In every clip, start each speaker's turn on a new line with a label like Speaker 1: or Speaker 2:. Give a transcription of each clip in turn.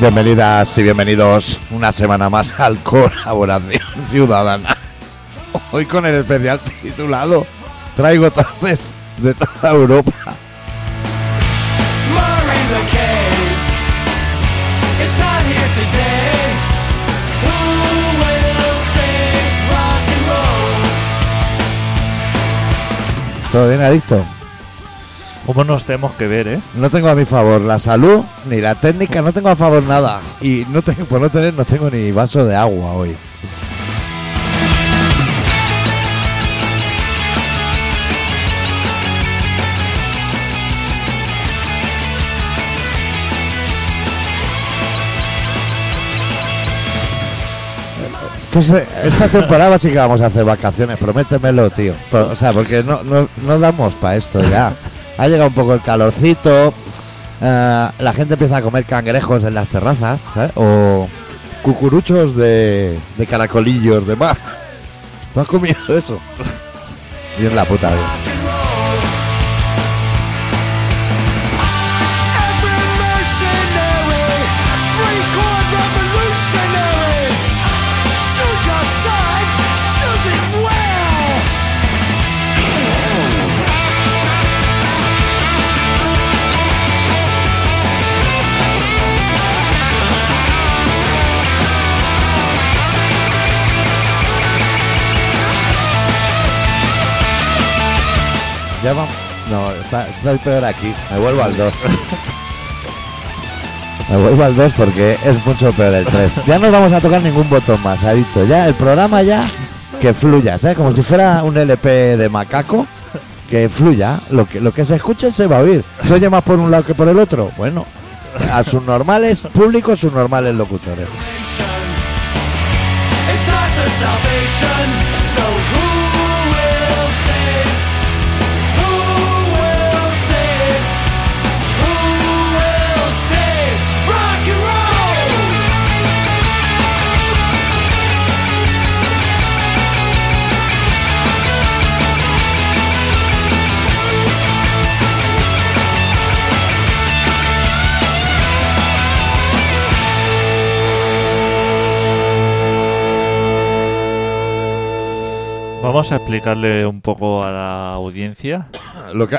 Speaker 1: Bienvenidas y bienvenidos una semana más al Colaboración Ciudadana. Hoy con el especial titulado Traigo toses de toda Europa.
Speaker 2: Murray McKay is not here today. Who will save rock and roll?
Speaker 1: ¿Todo bien, adicto?
Speaker 3: ¿Cómo nos tenemos que ver, eh?
Speaker 1: No tengo a mi favor la salud ni la técnica, no tengo a favor nada. Y no tengo, por no tener, no tengo ni vaso de agua hoy. Entonces, Pues, eh, esta temporada sí que vamos a hacer vacaciones, prométemelo, tío. Pero, o sea, porque no, no, no damos para esto ya. Ha llegado un poco el calorcito, eh, la gente empieza a comer cangrejos en las terrazas, ¿sabes? O cucuruchos de, de caracolillos de mar. ¿Tú has comido eso? Y en la puta vida.
Speaker 2: Rock and roll. Every mercenary, free corps revolutionaries, choose your side, choose it well.
Speaker 1: Ya vamos. No, está, estoy peor aquí. Me vuelvo al 2. Me vuelvo al 2 porque es mucho peor el 3. Ya no vamos a tocar ningún botón más, adicto. Ya el programa ya que fluya, ¿sabes? Como si fuera un LP de macaco. Que fluya. Lo que, lo que se escuche se va a oír. ¿Se oye más por un lado que por el otro? Bueno. A sus normales públicos, sus normales locutores.
Speaker 2: It's not the salvation. So who will save? Who will save? Who will save? Rock and roll.
Speaker 3: Vamos a explicarle un poco a la audiencia
Speaker 1: Lo que,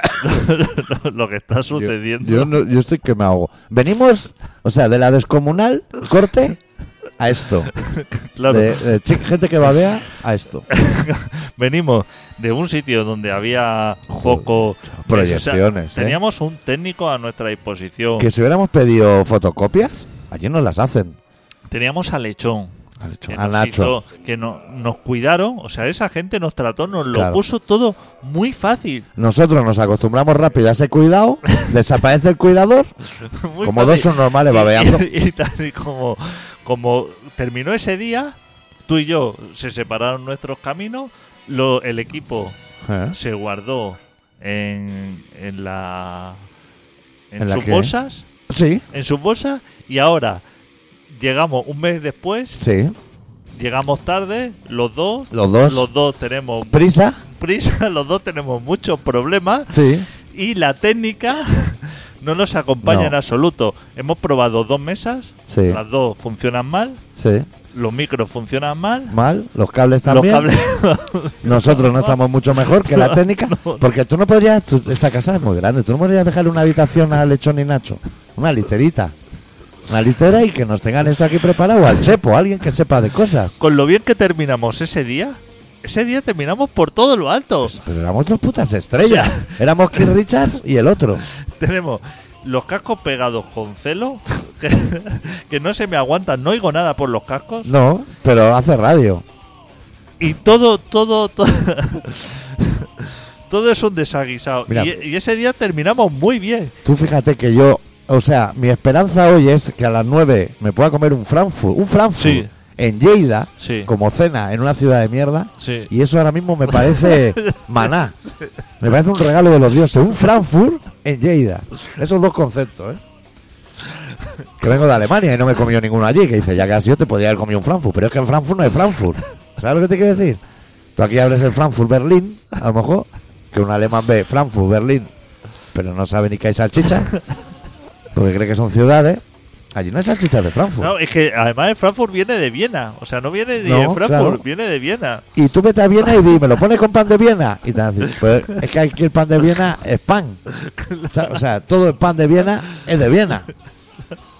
Speaker 3: lo- lo que está
Speaker 1: Yo-
Speaker 3: sucediendo.
Speaker 1: Yo, no- yo estoy que me ahogo. Venimos, o sea, de la descomunal corte a esto.
Speaker 3: Claro,
Speaker 1: De, de chi- gente que babea a esto.
Speaker 3: venimos de un sitio donde había foco.
Speaker 1: proyecciones, ¿eh?
Speaker 3: Teníamos un técnico a nuestra disposición.
Speaker 1: Que si hubiéramos pedido fotocopias, allí nos las hacen.
Speaker 3: Teníamos a Lechón. que
Speaker 1: A
Speaker 3: nos
Speaker 1: Nacho.
Speaker 3: hizo- que no- nos cuidaron, o sea, esa gente nos trató, nos lo
Speaker 1: Claro.
Speaker 3: puso todo muy fácil.
Speaker 1: Nosotros nos acostumbramos rápido a ese cuidado, desaparece el cuidador,
Speaker 3: muy
Speaker 1: como
Speaker 3: fácil.
Speaker 1: dos son normales
Speaker 3: Y-
Speaker 1: babeando.
Speaker 3: Y, y tal y como, como terminó ese día, tú y yo se separaron nuestros caminos, lo- el equipo
Speaker 1: ¿Eh?
Speaker 3: se guardó en, en la en,
Speaker 1: ¿En la
Speaker 3: sus
Speaker 1: qué?
Speaker 3: bolsas,
Speaker 1: Sí,
Speaker 3: en sus bolsas y ahora llegamos un mes después,
Speaker 1: sí.
Speaker 3: llegamos tarde, los dos,
Speaker 1: Los dos.
Speaker 3: los dos tenemos
Speaker 1: Prisa,
Speaker 3: prisa, los dos tenemos muchos problemas
Speaker 1: sí.
Speaker 3: y la técnica no nos acompaña
Speaker 1: No.
Speaker 3: en absoluto. Hemos probado dos mesas,
Speaker 1: Sí.
Speaker 3: las dos funcionan mal,
Speaker 1: Sí.
Speaker 3: los micros funcionan mal,
Speaker 1: Mal, los cables también.
Speaker 3: los cables
Speaker 1: Nosotros no estamos mucho mejor que la
Speaker 3: No,
Speaker 1: técnica,
Speaker 3: no.
Speaker 1: porque tú no podrías, tú- esta casa es muy grande, tú no podrías dejarle una habitación a Lechón y Nacho, una literita, una litera y que nos tengan esto aquí preparado, al chepo, alguien que sepa de cosas.
Speaker 3: con lo bien que terminamos ese día, ese día terminamos por todo lo alto.
Speaker 1: Pero éramos dos putas estrellas, éramos Keith Richards y el otro.
Speaker 3: Tenemos los cascos pegados con celo, que, que no se me aguantan, no oigo nada por los cascos,
Speaker 1: No, pero hace radio.
Speaker 3: y todo, todo, todo. Todo es un desaguisado.
Speaker 1: Mira.
Speaker 3: Y- y ese día terminamos muy bien.
Speaker 1: Tú fíjate que yo, o sea, mi esperanza hoy es que a las 9 me pueda comer un Frankfurt, un Frankfurt
Speaker 3: Sí.
Speaker 1: en Lleida,
Speaker 3: Sí.
Speaker 1: como cena en una ciudad de mierda.
Speaker 3: Sí.
Speaker 1: Y eso ahora mismo me parece maná. Me parece un regalo de los dioses. Un Frankfurt en Lleida. Esos dos conceptos, ¿eh? Que vengo de Alemania y no me he comido ninguno allí. Que dice, ya que has ido te podría haber comido un Frankfurt. Pero es que en Frankfurt no hay Frankfurt. ¿Sabes lo que te quiero decir? Tú aquí abres el Frankfurt Berlín, a lo mejor, que un alemán ve Frankfurt Berlín, pero no sabe ni que hay salchicha, porque cree que son ciudades. Allí no hay salchichas de Frankfurt.
Speaker 3: No, es que además el Frankfurt viene de Viena. O sea, no viene de
Speaker 1: No,
Speaker 3: Frankfurt,
Speaker 1: claro.
Speaker 3: viene de Viena.
Speaker 1: Y tú vete a Viena y di, ¿me lo pones con pan de Viena? Y te van a decir, pues es que aquí el pan de Viena es pan. O sea, o sea, todo el pan de Viena es de Viena.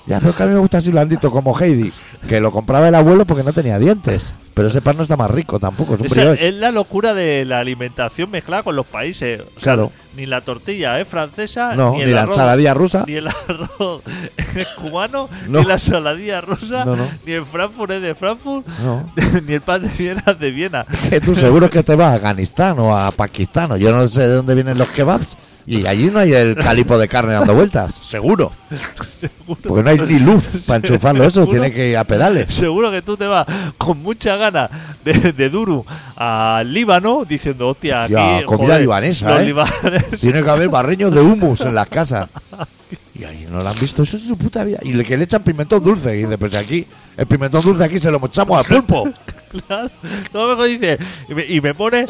Speaker 1: Ya, pero que a mí me gusta así blandito como Heidi, que lo compraba el abuelo porque no tenía dientes. Pero ese pan no está más rico tampoco, es un
Speaker 3: Esa
Speaker 1: brioche.
Speaker 3: es la locura de la alimentación mezclada con los países. O sea,
Speaker 1: Claro.
Speaker 3: Ni la tortilla es francesa,
Speaker 1: No,
Speaker 3: ni,
Speaker 1: ni
Speaker 3: el
Speaker 1: la
Speaker 3: arroz,
Speaker 1: ensaladilla rusa.
Speaker 3: Ni el arroz es cubano,
Speaker 1: No.
Speaker 3: ni la ensaladilla rusa,
Speaker 1: No, no.
Speaker 3: ni el Frankfurt es de Frankfurt,
Speaker 1: No.
Speaker 3: ni el pan de Viena es de Viena.
Speaker 1: Que tú seguro que te vas a Afganistán o a Pakistán o yo no sé de dónde vienen los kebabs. Y allí no hay el calipo de carne dando vueltas, seguro. Porque no hay ni luz para enchufarlo eso,
Speaker 3: Seguro.
Speaker 1: tiene que ir a pedales.
Speaker 3: Seguro que tú te vas con mucha gana de, de Duru al Líbano diciendo, hostia, aquí.
Speaker 1: Hostia, comida
Speaker 3: joder,
Speaker 1: libanesa,
Speaker 3: los
Speaker 1: ¿eh?
Speaker 3: libaneses".
Speaker 1: Tiene que haber barreños de humus en las casas. Y ahí no lo han visto, eso es su puta vida. Y le que le echan pimentón dulce. Y dice, pues aquí, el pimentón dulce aquí se lo mochamos al pulpo.
Speaker 3: Claro. Luego mejor dice, y me, y me pone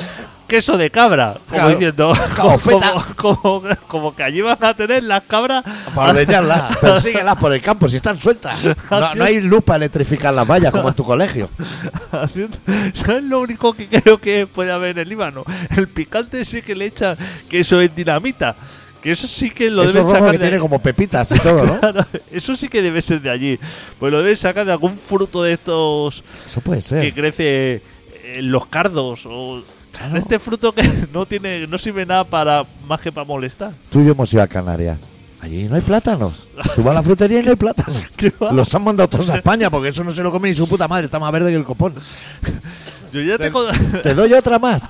Speaker 3: queso de cabra, como
Speaker 1: Claro.
Speaker 3: diciendo,
Speaker 1: Claro,
Speaker 3: como,
Speaker 1: feta.
Speaker 3: como, como- como que allí vas a tener las cabras.
Speaker 1: Para ordeñarlas, persíguelas por el campo si están sueltas. No, no hay luz para electrificar las vallas como en tu colegio.
Speaker 3: haciendo- ¿Sabes lo único que creo que puede haber en el Líbano? El picante sí que le echa, que eso es dinamita. Que eso sí que lo
Speaker 1: Eso
Speaker 3: deben
Speaker 1: rojo
Speaker 3: sacar
Speaker 1: que
Speaker 3: de
Speaker 1: tiene
Speaker 3: ahí.
Speaker 1: como pepitas y todo, ¿no?
Speaker 3: Claro, eso sí que debe ser de allí. Pues lo deben sacar de algún fruto de estos
Speaker 1: Eso puede ser.
Speaker 3: que crece en los cardos o
Speaker 1: Eh. Claro.
Speaker 3: este fruto que no tiene no sirve nada para más que para molestar.
Speaker 1: Tú y yo hemos ido a Canarias. Allí no hay plátanos. Tú vas a la frutería y no hay plátanos.
Speaker 3: ¿Qué va?
Speaker 1: Los han mandado todos a España porque eso no se lo come ni su puta madre. Está más verde que el copón.
Speaker 3: Yo ya tengo
Speaker 1: Te doy otra más.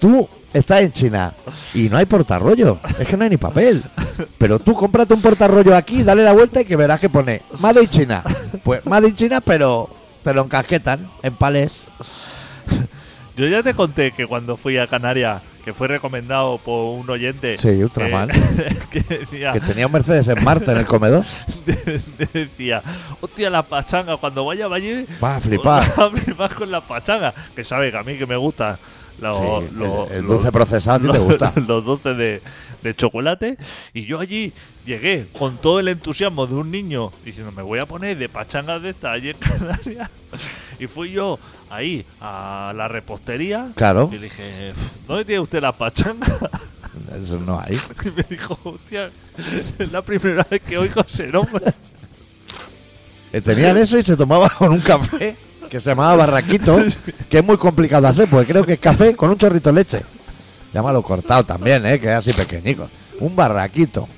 Speaker 1: Tú estás en China y no hay portarrollo. Es que no hay ni papel. Pero tú cómprate un portarrollo aquí, dale la vuelta y que verás que pone Made in China. Pues Made in China, pero te lo encasquetan en palés.
Speaker 3: yo ya te conté que cuando fui a Canarias que fue recomendado por un oyente
Speaker 1: Sí,
Speaker 3: eh,
Speaker 1: Ultraman.
Speaker 3: que decía
Speaker 1: Que tenía un Mercedes en Marte en el comedor.
Speaker 3: decía hostia la pachanga cuando vaya allí
Speaker 1: Va a flipar.
Speaker 3: va a flipar con la pachanga que sabe que a mí que me gusta los,
Speaker 1: Sí,
Speaker 3: los-
Speaker 1: el, el
Speaker 3: los-
Speaker 1: dulce procesado Ah, a ti te
Speaker 3: los-
Speaker 1: gusta.
Speaker 3: Los dulces de, de chocolate. Y yo allí llegué con todo el entusiasmo de un niño diciendo, me voy a poner de pachangas de estas allí en Canarias. Y fui yo ahí a la repostería.
Speaker 1: Claro,
Speaker 3: Y le dije, ¿dónde tiene usted las pachangas?
Speaker 1: eso no hay.
Speaker 3: Y me dijo, hostia, es la primera vez que oigo ese nombre.
Speaker 1: Eh, Tenían eso y se tomaba con un café que se llamaba Barraquito, que es muy complicado de hacer, porque creo que es café con un chorrito de leche. Llámalo cortado también, ¿eh? que es así pequeñico. Un barraquito.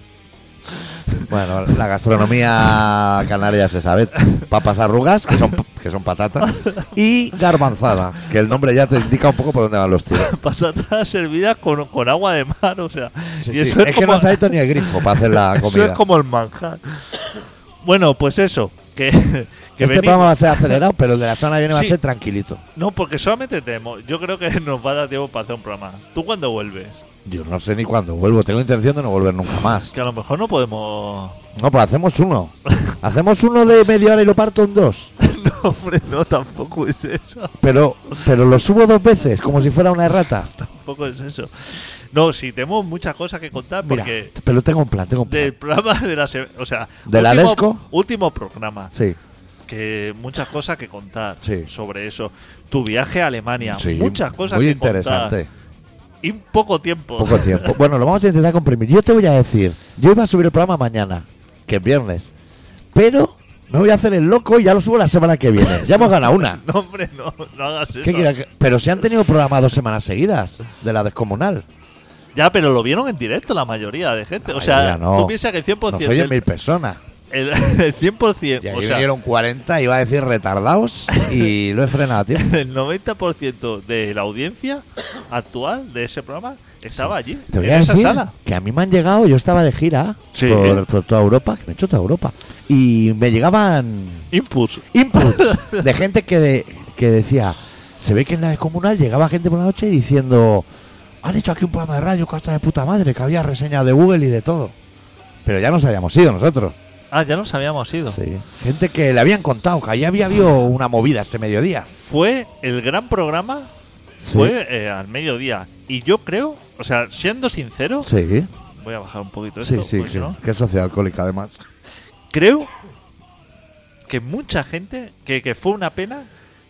Speaker 1: Bueno, la gastronomía canaria se sabe. Papas arrugas, que son, que son patatas, y garbanzada, que el nombre ya te indica un poco por dónde van los tiros.
Speaker 3: Patatas servidas con, con agua de mar, o sea.
Speaker 1: Sí,
Speaker 3: y
Speaker 1: sí.
Speaker 3: eso
Speaker 1: es,
Speaker 3: es,
Speaker 1: que
Speaker 3: como,
Speaker 1: no se ha ido ni el grifo para hacer la
Speaker 3: eso
Speaker 1: comida.
Speaker 3: es como el manjar. Bueno, pues eso, que, que
Speaker 1: este
Speaker 3: venimos-
Speaker 1: programa va a ser acelerado, pero el de la zona viene va a
Speaker 3: Sí.
Speaker 1: ser tranquilito.
Speaker 3: No, porque solamente tenemos. Yo creo que nos va a dar tiempo para hacer un programa. ¿Tú cuándo vuelves?
Speaker 1: Yo no sé ni cuándo vuelvo, tengo intención de no volver nunca más.
Speaker 3: Que a lo mejor no podemos.
Speaker 1: No, pues hacemos uno. Hacemos uno de media hora y lo parto en dos.
Speaker 3: no, hombre, no, tampoco es eso.
Speaker 1: Pero, pero lo subo dos veces, como si fuera una errata.
Speaker 3: Tampoco es eso. No, sí, tenemos muchas cosas que contar
Speaker 1: Mira,
Speaker 3: porque.
Speaker 1: pero tengo un plan, tengo un plan.
Speaker 3: Del programa de la. se- O sea.
Speaker 1: ¿De la
Speaker 3: último-
Speaker 1: Desco?
Speaker 3: Último programa.
Speaker 1: Sí.
Speaker 3: Que muchas cosas que contar
Speaker 1: Sí.
Speaker 3: sobre eso. Tu viaje a Alemania.
Speaker 1: Sí,
Speaker 3: muchas cosas
Speaker 1: Muy
Speaker 3: que
Speaker 1: interesante.
Speaker 3: contar. Y poco tiempo.
Speaker 1: Poco tiempo. Bueno, lo vamos a intentar comprimir. Yo te voy a decir, yo iba a subir el programa mañana, que es viernes. Pero me voy a hacer el loco y ya lo subo la semana que viene. Ya hemos ganado una.
Speaker 3: no, hombre, no, no hagas eso.
Speaker 1: ¿Qué quieres que- Pero se han tenido programa dos semanas seguidas de la descomunal.
Speaker 3: Ya, pero lo vieron en directo la mayoría de gente.
Speaker 1: La
Speaker 3: o sea,
Speaker 1: mayoría no.
Speaker 3: tú piensas que el 100%.
Speaker 1: Nos oyen
Speaker 3: del-
Speaker 1: mil personas.
Speaker 3: el, el 100%.
Speaker 1: Y ahí
Speaker 3: o sea,
Speaker 1: vinieron 40, iba a decir retardados y lo he frenado a tiempo.
Speaker 3: el 90% de la audiencia actual de ese programa estaba allí.
Speaker 1: Te voy
Speaker 3: en
Speaker 1: a
Speaker 3: esa
Speaker 1: decir
Speaker 3: sala.
Speaker 1: que a mí me han llegado, yo estaba de gira
Speaker 3: Sí.
Speaker 1: por, por toda Europa, que me he hecho toda Europa, y me llegaban
Speaker 3: Impulse.
Speaker 1: inputs de gente que, de- que decía, se ve que en la descomunal llegaba gente por la noche diciendo, han hecho aquí un programa de radio que hasta de puta madre, que había reseñas de Google y de todo. Pero ya nos habíamos ido nosotros.
Speaker 3: Ah, ya nos habíamos ido.
Speaker 1: Sí. Gente que le habían contado que allí había habido una movida este mediodía.
Speaker 3: Fue el gran programa,
Speaker 1: Sí.
Speaker 3: fue eh, al mediodía. Y yo creo, o sea, siendo sincero,
Speaker 1: Sí,
Speaker 3: voy a bajar un poquito
Speaker 1: sí,
Speaker 3: esto. pues,
Speaker 1: sí,
Speaker 3: porque
Speaker 1: sí.
Speaker 3: si no-
Speaker 1: Qué sociedad alcohólica además.
Speaker 3: Creo que mucha gente, que, que fue una pena,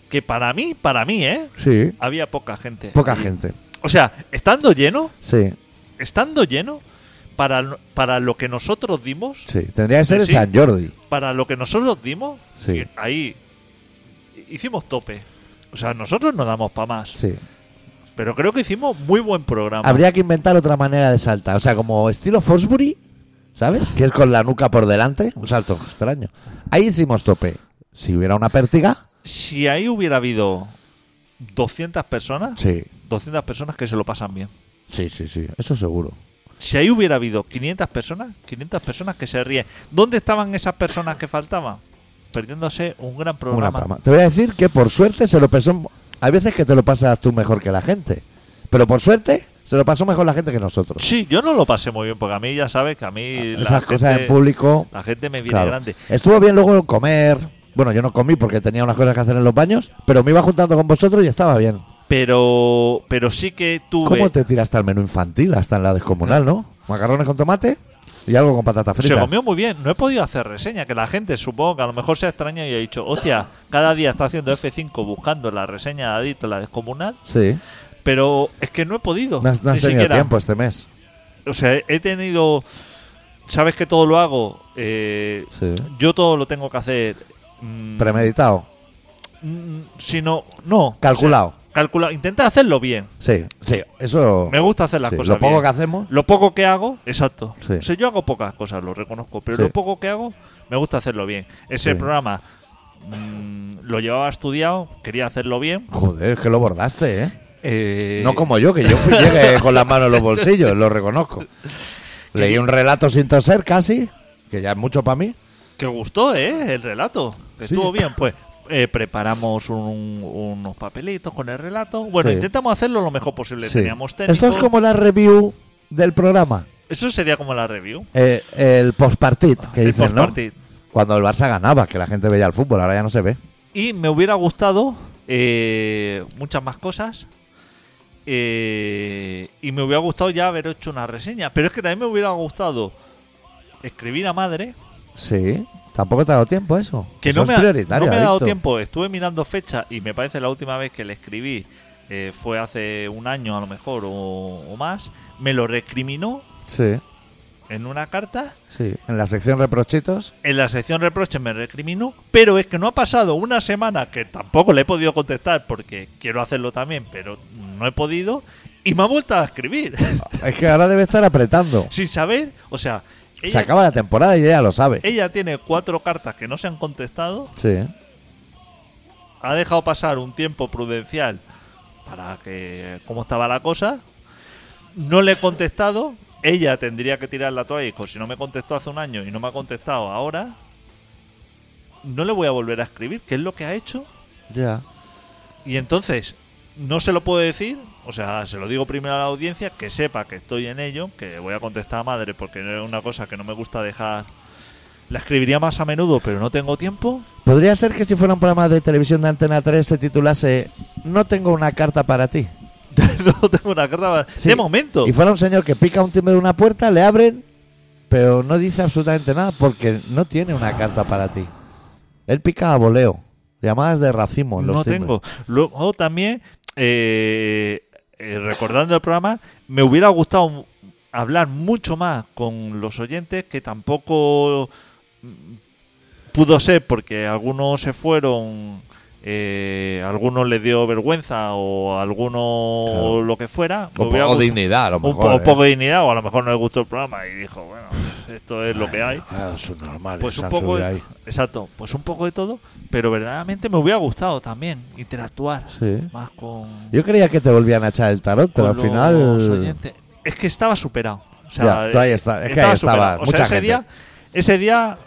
Speaker 3: que para mí, para mí, ¿eh?
Speaker 1: Sí,
Speaker 3: Había poca gente.
Speaker 1: poca
Speaker 3: Y-
Speaker 1: gente.
Speaker 3: O sea, estando lleno,
Speaker 1: Sí,
Speaker 3: estando lleno, para, para lo que nosotros dimos,
Speaker 1: sí. Tendría que ser
Speaker 3: Sí,
Speaker 1: en
Speaker 3: sí.
Speaker 1: San Jordi.
Speaker 3: para lo que nosotros dimos,
Speaker 1: Sí.
Speaker 3: que ahí hicimos tope. O sea, nosotros no damos para más.
Speaker 1: Sí.
Speaker 3: Pero creo que hicimos muy buen programa.
Speaker 1: Habría que inventar otra manera de saltar. O sea, como estilo Fosbury, ¿sabes? Que es con la nuca por delante. Un salto extraño. Ahí hicimos tope. Si hubiera una pértiga,
Speaker 3: Si ahí hubiera habido 200 personas,
Speaker 1: sí.
Speaker 3: 200 personas que se lo pasan bien.
Speaker 1: Sí, sí, sí. Eso seguro.
Speaker 3: Si ahí hubiera habido 500 personas, 500 personas que se ríen. ¿Dónde estaban esas personas que faltaban? Perdiéndose un gran
Speaker 1: Una
Speaker 3: programa.
Speaker 1: pama. Te voy a decir que por suerte se lo pasó. Hay veces que te lo pasas tú mejor que la gente. Pero por suerte se lo pasó mejor la gente que nosotros.
Speaker 3: Sí, yo no lo pasé muy bien, porque a mí ya sabes que a mí la,
Speaker 1: Ah, Esas cosas
Speaker 3: gente,
Speaker 1: en público.
Speaker 3: la gente me viene
Speaker 1: claro.
Speaker 3: grande.
Speaker 1: Estuvo bien luego comer. Bueno, yo no comí porque tenía unas cosas que hacer en los baños. Pero me iba juntando con vosotros y estaba bien.
Speaker 3: Pero, pero sí que tuve.
Speaker 1: ¿Cómo te tiraste al menú infantil? Hasta en la descomunal, ¿no? Macarrones con tomate y algo con patata frita.
Speaker 3: Se comió muy bien. No he podido hacer reseña, que la gente supongo que a lo mejor sea extraña y ha dicho, hostia, cada día está haciendo F5 buscando la reseña de Adicto, la descomunal,
Speaker 1: Sí.
Speaker 3: pero es que no he podido.
Speaker 1: No has, no has
Speaker 3: ni
Speaker 1: tenido
Speaker 3: siquiera.
Speaker 1: tiempo este mes.
Speaker 3: O sea, he tenido... Sabes que todo lo hago. eh,
Speaker 1: Sí.
Speaker 3: Yo todo lo tengo que hacer... mm,
Speaker 1: Premeditado.
Speaker 3: mm, sino... No.
Speaker 1: Calculado.
Speaker 3: O sea, calcula- Intenta hacerlo bien.
Speaker 1: Sí, sí. Eso.
Speaker 3: Me gusta hacer las
Speaker 1: sí,
Speaker 3: cosas
Speaker 1: Lo poco
Speaker 3: bien.
Speaker 1: que hacemos.
Speaker 3: Lo poco que hago, exacto.
Speaker 1: Sí.
Speaker 3: O sea, yo hago pocas cosas, lo reconozco, pero
Speaker 1: Sí.
Speaker 3: lo poco que hago me gusta hacerlo bien. Ese
Speaker 1: Sí.
Speaker 3: programa mm, lo llevaba estudiado, quería hacerlo bien.
Speaker 1: Joder, es que lo bordaste, ¿eh? No como yo, que yo fui- llegué con las manos en los bolsillos, lo reconozco. Leí un relato sin toser casi, que ya es mucho para mí.
Speaker 3: Que gustó, ¿eh? El relato. Que
Speaker 1: Sí.
Speaker 3: estuvo bien, pues. eh, preparamos un- unos papelitos con el relato. Bueno,
Speaker 1: Sí.
Speaker 3: intentamos hacerlo lo mejor posible.
Speaker 1: Sí.
Speaker 3: Teníamos técnico.
Speaker 1: Esto es como la review del programa.
Speaker 3: Eso sería como la review.
Speaker 1: Eh, el postpartit, que
Speaker 3: el
Speaker 1: dicen, ¿no?
Speaker 3: postpartid.
Speaker 1: Cuando el Barça ganaba, que la gente veía el fútbol, ahora ya no se ve.
Speaker 3: Y me hubiera gustado eh, muchas más cosas. eh, y me hubiera gustado ya haber hecho una reseña. Pero es que también me hubiera gustado escribir a madre.
Speaker 1: Sí. Tampoco te ha dado tiempo eso.
Speaker 3: Que
Speaker 1: Eso
Speaker 3: no
Speaker 1: es
Speaker 3: me, ha,
Speaker 1: prioritario,
Speaker 3: no me ha dado
Speaker 1: adicto.
Speaker 3: tiempo. Estuve mirando fecha y me parece la última vez que le escribí eh, fue hace un año a lo mejor o, o más. Me lo recriminó
Speaker 1: Sí,
Speaker 3: en una carta.
Speaker 1: sí. En la sección reprochitos.
Speaker 3: En la sección reproche me recriminó, pero es que no ha pasado una semana que tampoco le he podido contestar porque quiero hacerlo también, pero no he podido y me ha vuelto a escribir
Speaker 1: Es que ahora debe estar apretando.
Speaker 3: sin saber, o sea,
Speaker 1: Se
Speaker 3: ella,
Speaker 1: acaba la temporada y ella lo sabe.
Speaker 3: ella tiene cuatro cartas que no se han contestado,
Speaker 1: Sí.
Speaker 3: ha dejado pasar un tiempo prudencial para que cómo estaba la cosa, no le he contestado, ella tendría que tirar la toalla y dijo, si no me contestó hace un año y no me ha contestado ahora, no le voy a volver a escribir, ¿qué es lo que ha hecho?
Speaker 1: Ya.
Speaker 3: Y entonces, no se lo puedo decir, o sea, se lo digo primero a la audiencia, que sepa que estoy en ello, que voy a contestar a madre porque es una cosa que no me gusta dejar. La escribiría más a menudo, pero no tengo tiempo.
Speaker 1: Podría ser que si fuera un programa de televisión de Antena 3 se titulase No tengo una carta para ti.
Speaker 3: no tengo una carta. para-
Speaker 1: Sí.
Speaker 3: De momento.
Speaker 1: Y fuera un señor que pica un timbre de una puerta, le abren, pero no dice absolutamente nada porque no tiene una carta para ti. Él pica a voleo. Llamadas de racimo. en los
Speaker 3: No
Speaker 1: timbres.
Speaker 3: tengo. Luego también, eh, eh, recordando el programa, me hubiera gustado m- hablar mucho más con los oyentes, que tampoco mm, pudo ser porque algunos se fueron, eh, algunos les dio vergüenza o alguno
Speaker 1: Claro.
Speaker 3: lo que fuera. Me
Speaker 1: O
Speaker 3: hubiera
Speaker 1: poco
Speaker 3: gust-
Speaker 1: dignidad, a lo
Speaker 3: un
Speaker 1: mejor.
Speaker 3: po-
Speaker 1: ¿eh?
Speaker 3: poco de dignidad, o a lo mejor no les gustó el programa y dijo, bueno, esto es lo que hay.
Speaker 1: Ah, subnormales,
Speaker 3: Pues un
Speaker 1: han
Speaker 3: poco,
Speaker 1: subido ahí.
Speaker 3: exacto, pues un poco de todo, pero verdaderamente me hubiera gustado también interactuar
Speaker 1: Sí.
Speaker 3: más con,
Speaker 1: Yo creía que te volvían a echar el tarot, pero
Speaker 3: con
Speaker 1: al
Speaker 3: los
Speaker 1: final.
Speaker 3: oyentes. Es que estaba superado. O
Speaker 1: Ya,
Speaker 3: sea,
Speaker 1: tú ahí está- es que ahí estaba
Speaker 3: superado. O sea,
Speaker 1: mucha
Speaker 3: ese
Speaker 1: gente.
Speaker 3: día, ese día,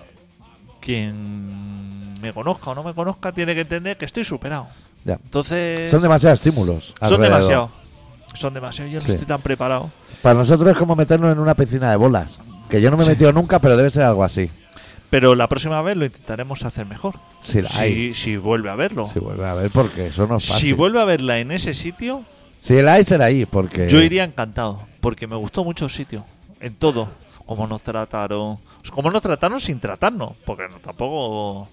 Speaker 3: quien me conozca o no me conozca tiene que entender que estoy superado.
Speaker 1: Ya.
Speaker 3: Entonces,
Speaker 1: Son demasiados estímulos.
Speaker 3: son
Speaker 1: alrededor.
Speaker 3: demasiado. Son demasiado, yo no
Speaker 1: Sí.
Speaker 3: estoy tan preparado.
Speaker 1: Para nosotros es como meternos en una piscina de bolas. Que yo no me he metido nunca, pero debe ser algo así.
Speaker 3: Pero la próxima vez lo intentaremos hacer mejor.
Speaker 1: Si, la hay.
Speaker 3: Si, si vuelve a verlo.
Speaker 1: Si vuelve a ver, porque eso no es fácil.
Speaker 3: si vuelve a verla en ese sitio,
Speaker 1: Si el hay, será ahí, porque.
Speaker 3: Yo iría encantado, porque me gustó mucho el sitio, en todo. cómo nos trataron. Cómo nos trataron sin tratarnos, porque no, tampoco...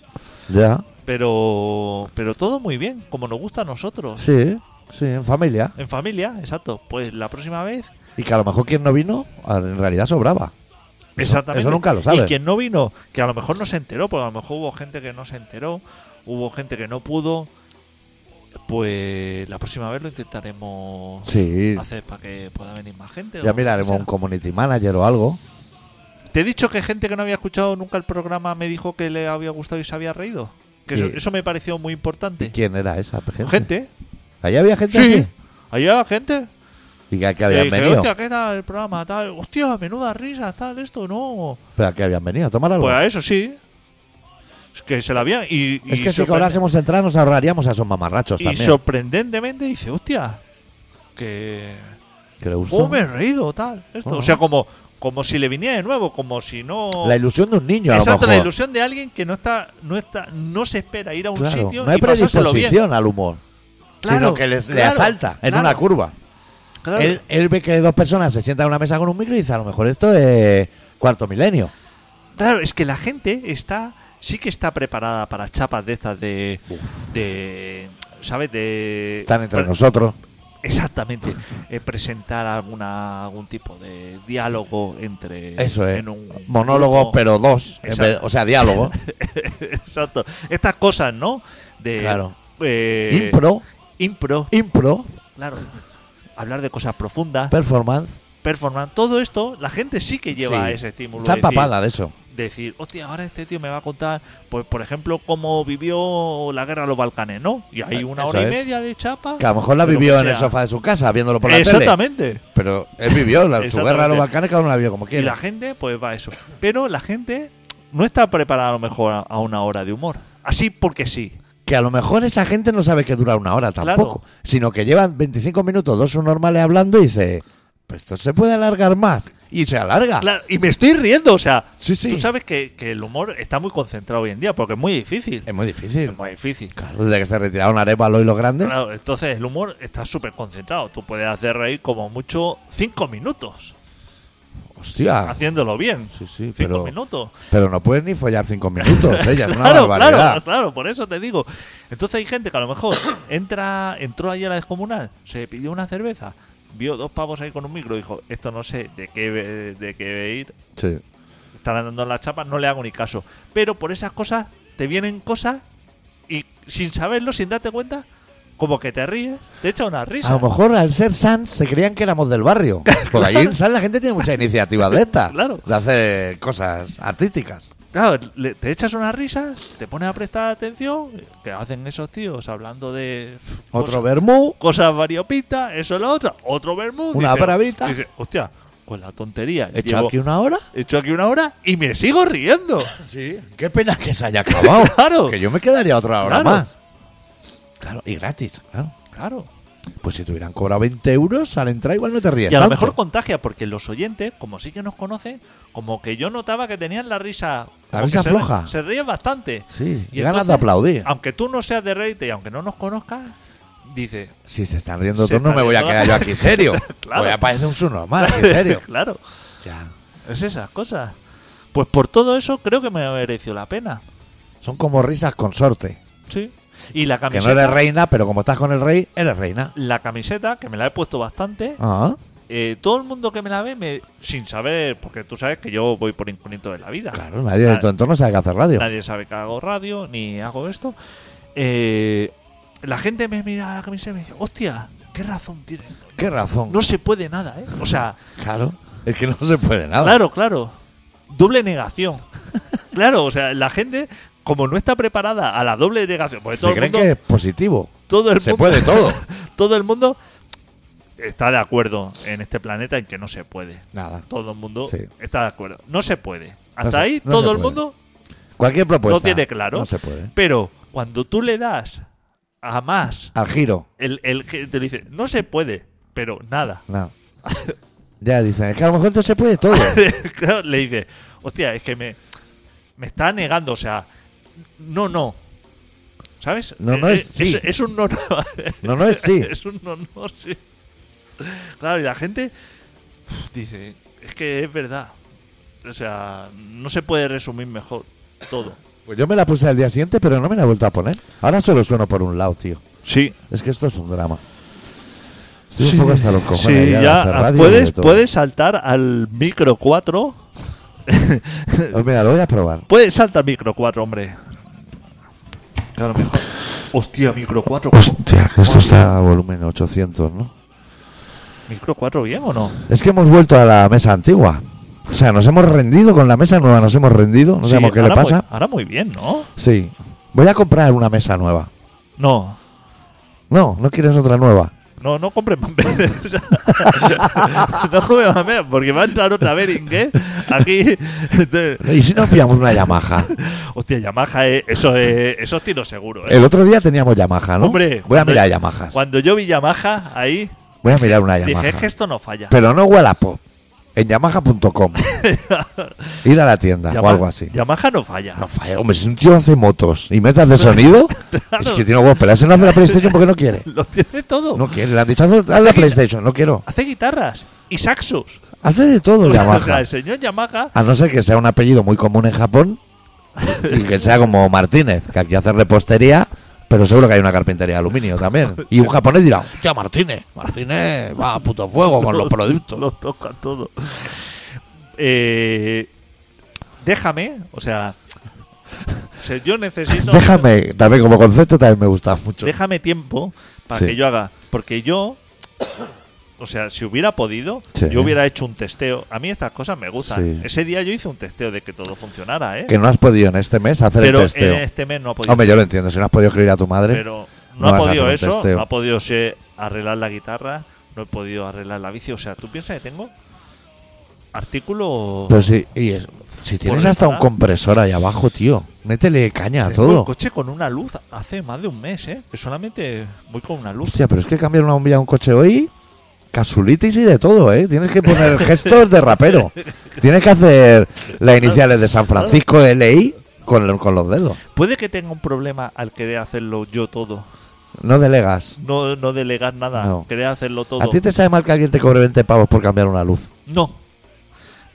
Speaker 1: Ya,
Speaker 3: Pero, pero todo muy bien, como nos gusta a nosotros.
Speaker 1: sí, sí, en familia.
Speaker 3: En familia, exacto. Pues la próxima vez
Speaker 1: Y que a lo mejor quien no vino, a- en realidad sobraba.
Speaker 3: Exactamente.
Speaker 1: eso nunca lo sabes.
Speaker 3: Y quien no vino, que a lo mejor no se enteró, porque a lo mejor hubo gente que no se enteró, hubo gente que no pudo. Pues la próxima vez lo intentaremos
Speaker 1: Sí.
Speaker 3: hacer para que pueda venir más gente. o
Speaker 1: Ya
Speaker 3: lo que
Speaker 1: miraremos
Speaker 3: sea.
Speaker 1: un community manager o algo.
Speaker 3: ¿Te he dicho que gente que no había escuchado nunca el programa me dijo que le había gustado y se había reído? Que eso,
Speaker 1: Sí.
Speaker 3: eso me pareció muy importante.
Speaker 1: ¿Quién era esa gente?
Speaker 3: ¿Gente?
Speaker 1: ¿Allí había gente
Speaker 3: Sí.
Speaker 1: así?
Speaker 3: Ahí había gente.
Speaker 1: ¿Y que, que
Speaker 3: Eh,
Speaker 1: habían
Speaker 3: que,
Speaker 1: venido?
Speaker 3: hostia, ¿qué tal el programa? Tal. Hostia, menuda risa, tal, esto, no.
Speaker 1: ¿Pero a qué habían venido? ¿A tomar algo?
Speaker 3: Pues a eso sí. Es que se la habían. Y,
Speaker 1: es
Speaker 3: y
Speaker 1: que si
Speaker 3: sorprende-
Speaker 1: cobrásemos entradas nos ahorraríamos a esos mamarrachos
Speaker 3: Y
Speaker 1: también.
Speaker 3: sorprendentemente dice, hostia, que.
Speaker 1: ¿Que le gustó?
Speaker 3: Oh, me he reído, tal. Esto.
Speaker 1: Ajá.
Speaker 3: O sea, como, como si le viniera de nuevo, como si no.
Speaker 1: Ah. La ilusión de un niño, a lo
Speaker 3: Exacto,
Speaker 1: mejor.
Speaker 3: la ilusión de alguien que no está, no está, no se espera ir a un
Speaker 1: Claro,
Speaker 3: sitio
Speaker 1: no hay
Speaker 3: y pasárselo bien.
Speaker 1: predisposición al humor.
Speaker 3: Claro,
Speaker 1: sino que les- le
Speaker 3: claro,
Speaker 1: asalta en
Speaker 3: claro.
Speaker 1: una curva.
Speaker 3: Claro.
Speaker 1: Él, él ve que dos personas se sientan a una mesa con un micro y dice, a lo mejor esto es cuarto milenio.
Speaker 3: Claro, es que la gente está sí que está preparada para chapas de estas de de ¿sabes? de
Speaker 1: Están entre
Speaker 3: pre-
Speaker 1: nosotros.
Speaker 3: Exactamente, eh, presentar alguna algún tipo de diálogo entre
Speaker 1: Eso es.
Speaker 3: eh, en un
Speaker 1: Monólogos,
Speaker 3: grupo.
Speaker 1: pero dos. en
Speaker 3: Exacto.
Speaker 1: vez- o sea, diálogo.
Speaker 3: Exacto. Estas cosas, ¿no? De
Speaker 1: Claro.
Speaker 3: eh,
Speaker 1: impro,
Speaker 3: impro,
Speaker 1: impro,
Speaker 3: claro. Hablar de cosas profundas,
Speaker 1: performance.
Speaker 3: performance, todo esto, la gente sí que lleva
Speaker 1: Sí.
Speaker 3: ese estímulo.
Speaker 1: Está
Speaker 3: es decir,
Speaker 1: empapada de eso.
Speaker 3: decir, hostia, ahora este tío me va a contar, pues por ejemplo, cómo vivió la guerra de los Balcanes, ¿no? Y hay
Speaker 1: Eh,
Speaker 3: una
Speaker 1: eso
Speaker 3: hora y
Speaker 1: es.
Speaker 3: media de chapa.
Speaker 1: Que a lo mejor la
Speaker 3: de lo que
Speaker 1: vivió en
Speaker 3: sea.
Speaker 1: el sofá de su casa, viéndolo por la tele.
Speaker 3: Exactamente.
Speaker 1: Pero él vivió la, su
Speaker 3: Exactamente.
Speaker 1: guerra de los Balcanes, cada uno la vio como
Speaker 3: Y la
Speaker 1: quiera.
Speaker 3: gente, pues va a eso. Pero la gente no está preparada a lo mejor a- a una hora de humor. Así porque sí.
Speaker 1: Que a lo mejor esa gente no sabe que dura una hora
Speaker 3: Claro.
Speaker 1: tampoco. Sino que llevan 25 minutos, dos normales hablando y dice, pues esto se puede alargar más. Y se alarga.
Speaker 3: Claro, y me estoy riendo, o sea,
Speaker 1: Sí, Ah. sí.
Speaker 3: tú sabes que, que el humor está muy concentrado hoy en día porque es muy difícil.
Speaker 1: Es muy difícil.
Speaker 3: Es muy difícil.
Speaker 1: Claro, desde que se retiraron Arevalo y los grandes.
Speaker 3: Claro, entonces el humor está súper concentrado. Tú puedes hacer reír como mucho cinco minutos,
Speaker 1: Hostia.
Speaker 3: haciéndolo bien.
Speaker 1: Ah. Sí, sí,
Speaker 3: cinco
Speaker 1: pero,
Speaker 3: minutos.
Speaker 1: pero no puedes ni follar cinco minutos. Ella es una
Speaker 3: Claro,
Speaker 1: barbaridad.
Speaker 3: claro, claro, por eso te digo. Entonces hay gente que a lo mejor entra, entró allí a la descomunal, se pidió una cerveza, vio dos pavos ahí con un micro, dijo, esto no sé de qué ve- de qué ir,
Speaker 1: Sí.
Speaker 3: están dando las chapas, no le hago ni caso. Pero por esas cosas te vienen cosas y sin saberlo, sin darte cuenta, como que te ríes, te echa una
Speaker 1: A
Speaker 3: risa.
Speaker 1: lo mejor al ser Sans se creían que éramos del barrio. Porque allí en Sans la gente tiene mucha iniciativa de esta.
Speaker 3: Claro.
Speaker 1: De hacer cosas artísticas.
Speaker 3: Claro, le- te echas una risa, te pones a prestar atención, que hacen esos tíos hablando de pf,
Speaker 1: Otro
Speaker 3: cosas-
Speaker 1: vermú.
Speaker 3: cosas variopintas, eso es la otra, otro vermú.
Speaker 1: Una
Speaker 3: dice-
Speaker 1: bravita.
Speaker 3: Dice, hostia, con la tontería.
Speaker 1: He hecho
Speaker 3: llevo-
Speaker 1: aquí una hora.
Speaker 3: he hecho aquí una hora y me sigo riendo.
Speaker 1: Sí. Qué pena que se haya acabado.
Speaker 3: Claro.
Speaker 1: Que yo me quedaría otra hora
Speaker 3: Claro.
Speaker 1: más. Claro, y gratis, claro.
Speaker 3: Claro.
Speaker 1: Pues si te hubieran cobrado 20 euros al entrar, igual no te ríes.
Speaker 3: Y a lo
Speaker 1: tanto.
Speaker 3: mejor contagia, porque los oyentes, como sí que nos conocen, como que yo notaba que tenían la risa.
Speaker 1: La
Speaker 3: como
Speaker 1: risa
Speaker 3: que se-
Speaker 1: floja.
Speaker 3: Se ríen bastante.
Speaker 1: Sí, y
Speaker 3: Y
Speaker 1: ganas de
Speaker 3: entonces,
Speaker 1: aplaudir.
Speaker 3: Aunque tú no seas de reírte y aunque no nos conozcas, dice.
Speaker 1: Si se están riendo
Speaker 3: Se
Speaker 1: todos, no
Speaker 3: están
Speaker 1: me voy a
Speaker 3: riendo
Speaker 1: quedar yo aquí serio.
Speaker 3: Claro.
Speaker 1: Voy a parecer un subnormal, aquí serio.
Speaker 3: claro,
Speaker 1: Ya.
Speaker 3: es esas cosas. Pues por todo eso creo que me mereció la pena.
Speaker 1: Son como risas consorte.
Speaker 3: Sí. Y la
Speaker 1: Que
Speaker 3: camiseta.
Speaker 1: no eres reina, pero como estás con el rey, eres reina.
Speaker 3: la camiseta, que me la he puesto bastante.
Speaker 1: Ah,
Speaker 3: eh, todo el mundo que me la ve, me, sin saber, porque tú sabes que yo voy por incógnito de la vida.
Speaker 1: claro, nadie de tu entorno sabe que hacer radio.
Speaker 3: Nadie sabe que hago radio ni hago esto. Eh, la gente me mira a la camiseta y me dice, hostia, qué razón tiene.
Speaker 1: Qué razón.
Speaker 3: No se puede nada, ¿eh? O sea,
Speaker 1: Claro, es que no se puede nada.
Speaker 3: claro, claro. Doble negación. claro, o sea, la gente, como no está preparada a la doble negación, porque
Speaker 1: Se
Speaker 3: todo el
Speaker 1: creen
Speaker 3: mundo,
Speaker 1: que es positivo.
Speaker 3: todo el
Speaker 1: Se
Speaker 3: mundo-
Speaker 1: puede todo.
Speaker 3: todo el mundo está de acuerdo en este planeta en que no se puede.
Speaker 1: Nada.
Speaker 3: Todo el mundo
Speaker 1: Sí.
Speaker 3: está de acuerdo. No se puede. Hasta
Speaker 1: se-
Speaker 3: ahí
Speaker 1: no se
Speaker 3: todo el
Speaker 1: puede.
Speaker 3: mundo
Speaker 1: Cualquier propuesta.
Speaker 3: lo tiene claro.
Speaker 1: No se puede.
Speaker 3: Pero cuando tú le das a más,
Speaker 1: Al giro.
Speaker 3: el, el que te dice, no se puede, pero nada.
Speaker 1: No. ya dicen, es que a lo mejor entonces se puede todo.
Speaker 3: Claro, le dice, hostia, es que me, me está negando, o sea, no, no. ¿Sabes?
Speaker 1: No, no
Speaker 3: Eh,
Speaker 1: es sí.
Speaker 3: es un no, no.
Speaker 1: No, no es sí.
Speaker 3: Es un no, no, sí. Claro, y la gente uf, dice, es que es verdad. O sea, no se puede resumir mejor todo.
Speaker 1: Pues yo me la puse al día siguiente, pero no me la he vuelto a poner. Ahora solo sueno por un lado, tío.
Speaker 3: Sí,
Speaker 1: Es que esto es un drama. Estoy un poco hasta los cojones.
Speaker 3: Sí,
Speaker 1: ya de
Speaker 3: ya,
Speaker 1: hacer
Speaker 3: ah,
Speaker 1: radio y de
Speaker 3: puedes,
Speaker 1: todo.
Speaker 3: puedes saltar al micro 4.
Speaker 1: Pues mira, lo voy a probar.
Speaker 3: puedes saltar al micro 4, hombre. Claro, mejor. Hostia, micro 4.
Speaker 1: Hostia, que esto está a volumen 800, ¿no?
Speaker 3: ¿Micro 4 bien o no?
Speaker 1: Es que hemos vuelto a la mesa antigua. O sea, nos hemos rendido con la mesa nueva, nos hemos rendido. No
Speaker 3: Sí,
Speaker 1: sabemos qué le
Speaker 3: ahora muy-
Speaker 1: pasa.
Speaker 3: ahora muy bien, ¿no?
Speaker 1: Sí. Voy a comprar una mesa nueva.
Speaker 3: No.
Speaker 1: No, no quieres otra nueva.
Speaker 3: No, no compres más veces. no compres más veces, porque va a entrar otra Beringer aquí. Te-
Speaker 1: ¿Y si nos pillamos una Yamaha?
Speaker 3: Hostia, Yamaha, eh, eso es, eso es tiro seguro. eh.
Speaker 1: El otro día teníamos Yamaha, ¿no?
Speaker 3: Hombre,
Speaker 1: voy a
Speaker 3: cuando-
Speaker 1: mirar Yamahas.
Speaker 3: Cuando yo vi Yamaha ahí,
Speaker 1: Voy a mirar una
Speaker 3: dije, es que
Speaker 1: Yamaha.
Speaker 3: esto no falla.
Speaker 1: Pero no Wallapop. En yamaha.com. Ir a la tienda o
Speaker 3: Yama-
Speaker 1: algo así.
Speaker 3: Yamaha no falla.
Speaker 1: No falla, hombre, si un tío hace motos y metas de sonido,
Speaker 3: Claro.
Speaker 1: es que tiene huevos. Pero ese no hace la PlayStation porque no quiere.
Speaker 3: Lo tiene todo.
Speaker 1: No quiere, le han dicho, haz haz la PlayStation, no quiero.
Speaker 3: Hace guitarras y saxos.
Speaker 1: Hace de todo
Speaker 3: O sea,
Speaker 1: Yamaha.
Speaker 3: el señor Yamaha.
Speaker 1: A no ser que sea un apellido muy común en Japón y que sea como Martínez, que aquí hace repostería, pero seguro que hay una carpintería de aluminio también. Y un japonés dirá, hostia, Martínez, Martínez va a puto fuego con los productos.
Speaker 3: Lo toca todo. Eh, déjame, o sea, o sea, yo necesito.
Speaker 1: Déjame, también como concepto también me gusta mucho.
Speaker 3: déjame tiempo para
Speaker 1: Sí.
Speaker 3: que yo haga. Porque yo, o sea, si hubiera podido,
Speaker 1: Sí.
Speaker 3: yo hubiera hecho un testeo. A mí estas cosas me gustan.
Speaker 1: Sí.
Speaker 3: Ese día yo hice un testeo de que todo funcionara, ¿eh?
Speaker 1: Que no has podido en este mes hacer
Speaker 3: pero
Speaker 1: el testeo.
Speaker 3: en este mes no ha podido.
Speaker 1: Hombre, yo lo entiendo, si no has podido escribir a tu madre.
Speaker 3: pero
Speaker 1: no vas
Speaker 3: no, ha
Speaker 1: a hacer
Speaker 3: podido
Speaker 1: un
Speaker 3: eso,
Speaker 1: testeo.
Speaker 3: no ha podido sé, arreglar la guitarra, no he podido arreglar la bici. O sea, ¿tú piensas que tengo artículo?
Speaker 1: Pero sí, y es- si tienes
Speaker 3: Por
Speaker 1: hasta un
Speaker 3: reparar.
Speaker 1: compresor ahí abajo, tío, métele caña a
Speaker 3: Tengo el
Speaker 1: todo.
Speaker 3: coche con una luz hace más de un mes, ¿eh? Que solamente voy con una luz.
Speaker 1: Hostia, pero es que cambiar una bombilla a un coche hoy, casulitis y de todo, ¿eh? Tienes que poner gestos de rapero. Tienes que hacer las iniciales de San Francisco de LI con, con los dedos.
Speaker 3: Puede que tenga un problema al querer hacerlo yo todo.
Speaker 1: No delegas.
Speaker 3: No, no delegar nada,
Speaker 1: No.
Speaker 3: querer hacerlo todo.
Speaker 1: ¿A ti te sabe mal que alguien te cobre 20 pavos por cambiar una luz?
Speaker 3: No.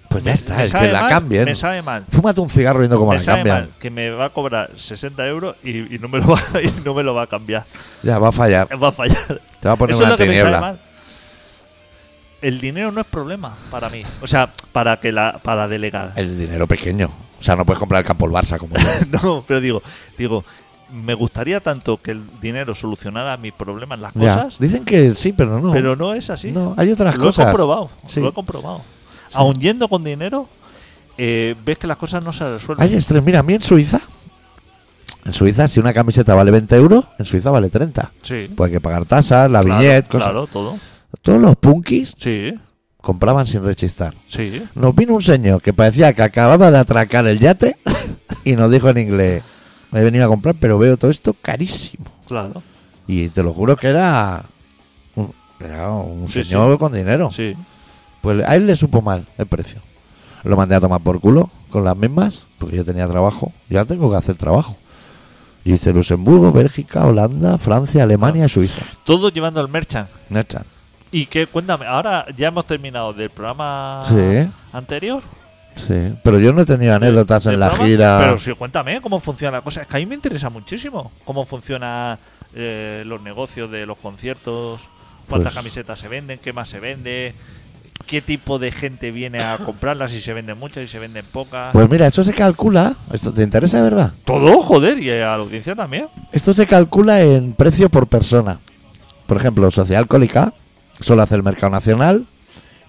Speaker 1: Pues ya
Speaker 3: Me-
Speaker 1: está,
Speaker 3: me
Speaker 1: es
Speaker 3: sabe
Speaker 1: que la
Speaker 3: mal,
Speaker 1: cambien.
Speaker 3: Me sabe mal.
Speaker 1: Fúmate un cigarro viendo cómo
Speaker 3: me
Speaker 1: la
Speaker 3: sabe
Speaker 1: cambian.
Speaker 3: mal que me va a cobrar 60 euros y, y no, me lo va, y no me lo va a cambiar.
Speaker 1: Ya, va a fallar.
Speaker 3: Va a fallar.
Speaker 1: Te va a poner
Speaker 3: Eso es
Speaker 1: una
Speaker 3: lo que me sale
Speaker 1: tiniebla.
Speaker 3: mal. El dinero no es problema para mí. O sea, para que la para delegar.
Speaker 1: El dinero pequeño. O sea, no puedes comprar el campo el Barça como yo.
Speaker 3: No, pero digo, digo, me gustaría tanto que el dinero solucionara mis problemas, las
Speaker 1: Ya.
Speaker 3: cosas,
Speaker 1: Dicen que sí, pero no.
Speaker 3: pero no es así.
Speaker 1: No, hay otras
Speaker 3: lo
Speaker 1: cosas.
Speaker 3: he comprobado,
Speaker 1: Sí.
Speaker 3: lo he comprobado. Aun yendo con dinero, eh, ves que las cosas no se resuelven.
Speaker 1: Hay estrés. Mira, a mí en Suiza. En Suiza, si una camiseta vale 20 euros, en Suiza vale 30.
Speaker 3: sí.
Speaker 1: Pues hay que pagar tasas, la
Speaker 3: Claro,
Speaker 1: viñeta, cosas.
Speaker 3: Claro, todo.
Speaker 1: Todos los punkis
Speaker 3: Sí,
Speaker 1: compraban sin rechistar.
Speaker 3: sí.
Speaker 1: Nos vino un señor que parecía que acababa de atracar el yate y nos dijo en inglés: Me he venido a comprar, pero veo todo esto carísimo.
Speaker 3: Claro,
Speaker 1: Y te lo juro que era. Un, era un
Speaker 3: Sí,
Speaker 1: señor con dinero.
Speaker 3: sí.
Speaker 1: Pues a él le supo mal el precio. Lo mandé a tomar por culo con las mismas, porque yo tenía trabajo. Ya tengo que hacer trabajo. Y hice Luxemburgo, Bélgica, Holanda, Francia, Alemania y Suiza.
Speaker 3: Todo llevando al merchant.
Speaker 1: No están.
Speaker 3: Y que, cuéntame, ahora ya hemos terminado del programa
Speaker 1: Sí.
Speaker 3: anterior.
Speaker 1: Sí, pero yo no he tenido anécdotas
Speaker 3: del
Speaker 1: en la
Speaker 3: programa.
Speaker 1: gira.
Speaker 3: Pero sí, cuéntame cómo funciona la cosa. Es que a mí me interesa muchísimo cómo funcionan los negocios de los conciertos, cuántas
Speaker 1: Pues-
Speaker 3: camisetas se venden, qué más se vende, qué tipo de gente viene a comprarlas, si se venden muchas, si se venden pocas.
Speaker 1: Pues mira, esto se calcula. ¿Esto te interesa de verdad?
Speaker 3: Todo, joder, y a la audiencia también.
Speaker 1: Esto se calcula en precio por persona. Por ejemplo, Sociedad Alcohólica solo hace el mercado nacional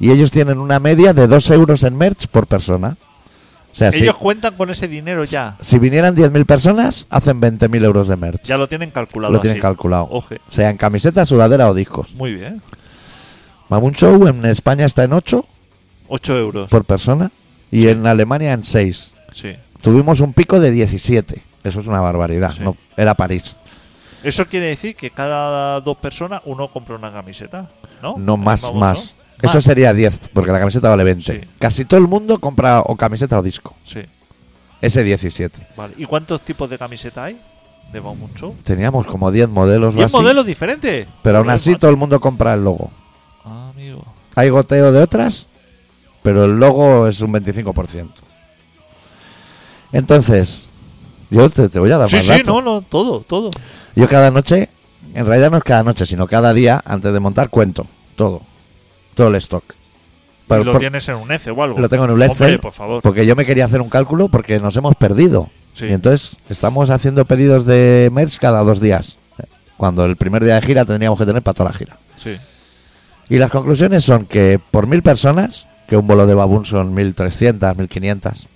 Speaker 1: y ellos tienen una media de 2 euros en merch por persona. O sea, si-
Speaker 3: Ellos cuentan con ese dinero ya.
Speaker 1: Si vinieran 10.000 personas, hacen 20.000 euros de merch.
Speaker 3: Ya lo tienen calculado.
Speaker 1: lo tienen
Speaker 3: así.
Speaker 1: calculado.
Speaker 3: Oje,
Speaker 1: Sean camisetas, sudadera o discos.
Speaker 3: muy bien.
Speaker 1: Mamun Show en España está en 8
Speaker 3: 8 euros.
Speaker 1: por persona y en Alemania en 6.
Speaker 3: Sí.
Speaker 1: Tuvimos un pico de 17. Eso es una barbaridad.
Speaker 3: Sí.
Speaker 1: No, era París.
Speaker 3: Eso quiere decir que cada dos personas uno compra una camiseta, ¿no?
Speaker 1: No
Speaker 3: Oh, Es
Speaker 1: más,
Speaker 3: famoso.
Speaker 1: más. Eso
Speaker 3: Más,
Speaker 1: sería 10, porque la camiseta vale 20.
Speaker 3: Sí.
Speaker 1: Casi todo el mundo compra o camiseta o disco.
Speaker 3: Sí.
Speaker 1: Ese 17.
Speaker 3: Vale. ¿Y cuántos tipos de camiseta hay? De mucho.
Speaker 1: Teníamos como 10 modelos o
Speaker 3: ¿Y
Speaker 1: Pues así,
Speaker 3: modelos diferentes?
Speaker 1: pero aún
Speaker 3: Joder,
Speaker 1: así
Speaker 3: macho.
Speaker 1: todo el mundo compra el logo.
Speaker 3: Ah, amigo.
Speaker 1: Hay goteo de otras pero el logo es un 25%. Entonces, yo te, te voy a dar
Speaker 3: Sí,
Speaker 1: más
Speaker 3: sí,
Speaker 1: datos.
Speaker 3: no, no, todo, todo.
Speaker 1: Yo cada noche, en realidad no es cada noche, sino cada día, antes de montar, cuento todo. Todo el stock.
Speaker 3: y
Speaker 1: Por-
Speaker 3: lo
Speaker 1: por-
Speaker 3: tienes en un ECE o algo.
Speaker 1: lo tengo en un
Speaker 3: Hombre,
Speaker 1: Excel
Speaker 3: por favor.
Speaker 1: porque yo me quería hacer un cálculo porque nos hemos perdido.
Speaker 3: Sí.
Speaker 1: Y entonces estamos haciendo pedidos de merch cada dos días. Cuando el primer día de gira tendríamos que tener para toda la gira.
Speaker 3: Sí.
Speaker 1: Y las conclusiones son que por mil personas, que un bolo de babún son 1300, 1500,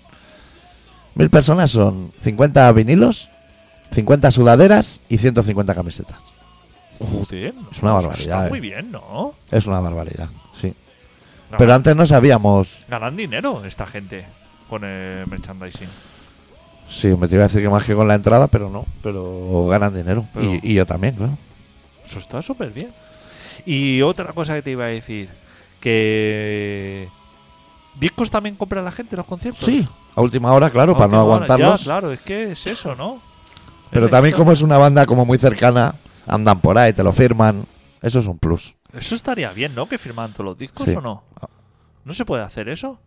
Speaker 1: mil personas son 50 vinilos, 50 sudaderas y 150 camisetas.
Speaker 3: Joder, pues
Speaker 1: Es una barbaridad,
Speaker 3: Está
Speaker 1: eh.
Speaker 3: muy bien, ¿no?
Speaker 1: Es una barbaridad, sí.
Speaker 3: Ganan-
Speaker 1: Pero antes no sabíamos.
Speaker 3: ganan dinero esta gente con el merchandising.
Speaker 1: Sí, me te iba a decir que más que con la entrada, pero no. Pero ganan dinero.
Speaker 3: Pero-
Speaker 1: Y, y yo también, claro.
Speaker 3: Eso está súper bien. Y otra cosa que te iba a decir, que discos también compra la gente en los conciertos.
Speaker 1: Sí, a última hora, claro,
Speaker 3: A
Speaker 1: para no
Speaker 3: última hora.
Speaker 1: aguantarlos.
Speaker 3: Ya, claro, es que es eso, ¿no?
Speaker 1: Pero
Speaker 3: Es
Speaker 1: también
Speaker 3: esto.
Speaker 1: como es una banda como muy cercana, andan por ahí, te lo firman. Eso es un plus.
Speaker 3: Eso estaría bien, ¿no? Que firman todos los discos
Speaker 1: Sí.
Speaker 3: o no. ¿No se puede hacer eso?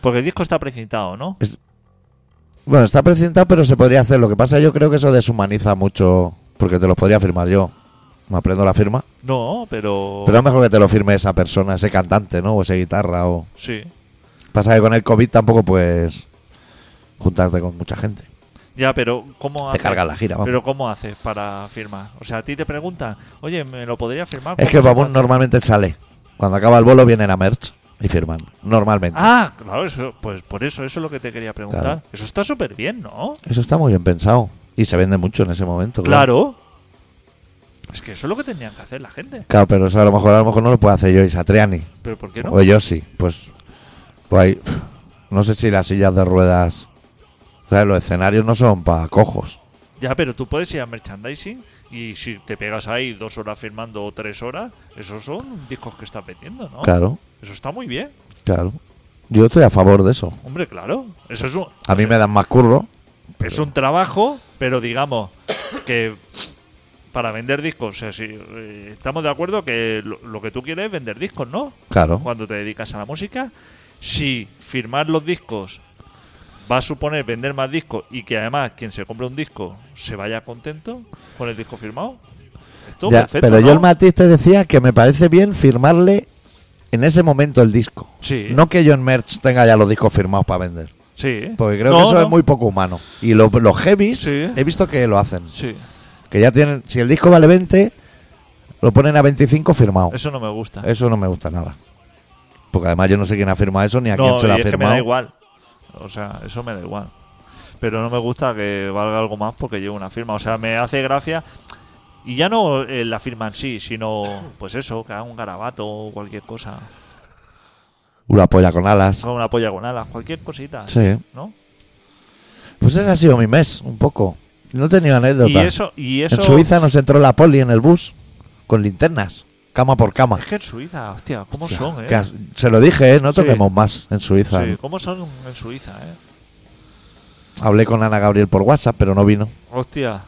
Speaker 3: Porque el disco está precintado, ¿no?
Speaker 1: Bueno, está presentado, pero se podría hacer. Lo que pasa, yo creo que eso deshumaniza mucho, porque te lo podría firmar yo. Me aprendo la firma.
Speaker 3: No, pero...
Speaker 1: Pero es mejor que te lo firme esa persona, ese cantante, ¿no? O ese guitarra. o
Speaker 3: Sí.
Speaker 1: Pasa que con el COVID tampoco puedes juntarte con mucha gente.
Speaker 3: Ya, pero ¿cómo
Speaker 1: Te
Speaker 3: haces?
Speaker 1: cargas la gira, vamos.
Speaker 3: Pero ¿cómo haces para firmar? O sea, a ti te preguntan, oye, ¿me lo podría firmar?
Speaker 1: Es que
Speaker 3: ¿Cómo se
Speaker 1: Babón
Speaker 3: hace?
Speaker 1: normalmente sale. Cuando acaba el bolo vienen a merch y firman. Normalmente.
Speaker 3: Ah, claro, eso, pues por eso, eso es lo que te quería preguntar.
Speaker 1: Claro.
Speaker 3: Eso está súper bien, ¿no?
Speaker 1: Eso está muy bien pensado. Y se vende mucho en ese momento.
Speaker 3: Claro. Es que eso es lo que tendrían que hacer la gente.
Speaker 1: Claro, pero eso a lo mejor a lo mejor no lo puede hacer yo y Satriani.
Speaker 3: Pero ¿por qué no?
Speaker 1: O yo sí. Pues, pues ahí, no sé si las sillas de ruedas. O sea, los escenarios no son para cojos.
Speaker 3: Ya, pero tú puedes ir a merchandising y si te pegas ahí dos horas firmando o tres horas, esos son discos que estás vendiendo, ¿no?
Speaker 1: Claro,
Speaker 3: Eso está muy bien.
Speaker 1: claro. Yo estoy a favor de eso.
Speaker 3: Hombre, claro. Eso es un,
Speaker 1: A mí me dan más curro.
Speaker 3: es un trabajo, pero digamos que para vender discos, o sea, si, eh, estamos de acuerdo que lo, lo que tú quieres es vender discos, ¿no?
Speaker 1: Claro,
Speaker 3: Cuando te dedicas a la música, si firmar los discos va a suponer vender más discos y que además quien se compre un disco se vaya contento con el disco firmado, esto
Speaker 1: Ya,
Speaker 3: perfecto.
Speaker 1: pero yo
Speaker 3: ¿no?
Speaker 1: el matiz te decía que me parece bien firmarle en ese momento el disco.
Speaker 3: Sí.
Speaker 1: No que yo en merch tenga ya los discos firmados para vender.
Speaker 3: Sí.
Speaker 1: Porque creo que
Speaker 3: No,
Speaker 1: eso
Speaker 3: no.
Speaker 1: es muy poco humano. Y lo- los heavies
Speaker 3: Sí.
Speaker 1: he visto que lo hacen.
Speaker 3: Sí.
Speaker 1: Que ya tienen. Si el disco vale 20, lo ponen a 25 firmado.
Speaker 3: Eso no me gusta.
Speaker 1: Eso no me gusta nada. Porque además yo no sé quién ha firmado eso ni a
Speaker 3: no,
Speaker 1: quién se lo
Speaker 3: y
Speaker 1: ha
Speaker 3: es que me da
Speaker 1: firmado.
Speaker 3: igual. O sea, eso me da igual. Pero no me gusta que valga algo más porque llevo una firma. O sea, me hace gracia. Y ya no eh, la firma en sí, sino pues eso, que haga un garabato o cualquier cosa.
Speaker 1: Una polla con alas.
Speaker 3: Haga una polla con alas, cualquier cosita.
Speaker 1: Sí.
Speaker 3: ¿no?
Speaker 1: Pues ese ha sido mi mes, un poco. No he tenido
Speaker 3: Y
Speaker 1: anécdota.
Speaker 3: eso, y eso.
Speaker 1: En Suiza nos entró la poli en el bus con linternas, cama por cama.
Speaker 3: Es que en Suiza, hostia, ¿cómo
Speaker 1: Hostia,
Speaker 3: son, eh?
Speaker 1: que as- se lo dije, ¿eh? no
Speaker 3: Sí.
Speaker 1: toquemos más en Suiza.
Speaker 3: Sí, ¿cómo son en Suiza, eh?
Speaker 1: Hablé con Ana Gabriel por WhatsApp, pero no vino.
Speaker 3: Hostia,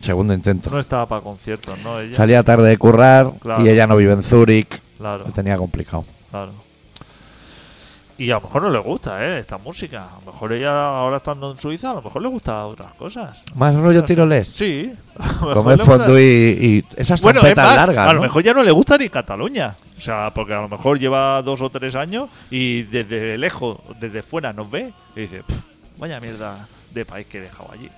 Speaker 1: Segundo intento.
Speaker 3: no estaba para conciertos, ¿no? Ella.
Speaker 1: Salía tarde de currar
Speaker 3: Claro.
Speaker 1: y ella no vive en Zúrich.
Speaker 3: Claro.
Speaker 1: Lo tenía complicado.
Speaker 3: Claro. Y a lo mejor no le gusta, ¿eh? Esta música. A lo mejor ella, ahora estando en Suiza, a lo mejor le gusta otras cosas.
Speaker 1: Más rollo tiroles.
Speaker 3: Sí. a lo mejor
Speaker 1: Comer
Speaker 3: le gusta-
Speaker 1: fondue y, y esas
Speaker 3: Bueno, es
Speaker 1: trompetas
Speaker 3: más,
Speaker 1: largas.
Speaker 3: a lo
Speaker 1: ¿no?
Speaker 3: mejor ya no le gusta ni Cataluña. O sea, porque a lo mejor lleva dos o tres años y desde lejos, desde fuera nos ve y dice, "Pf, vaya mierda de país que he dejado allí.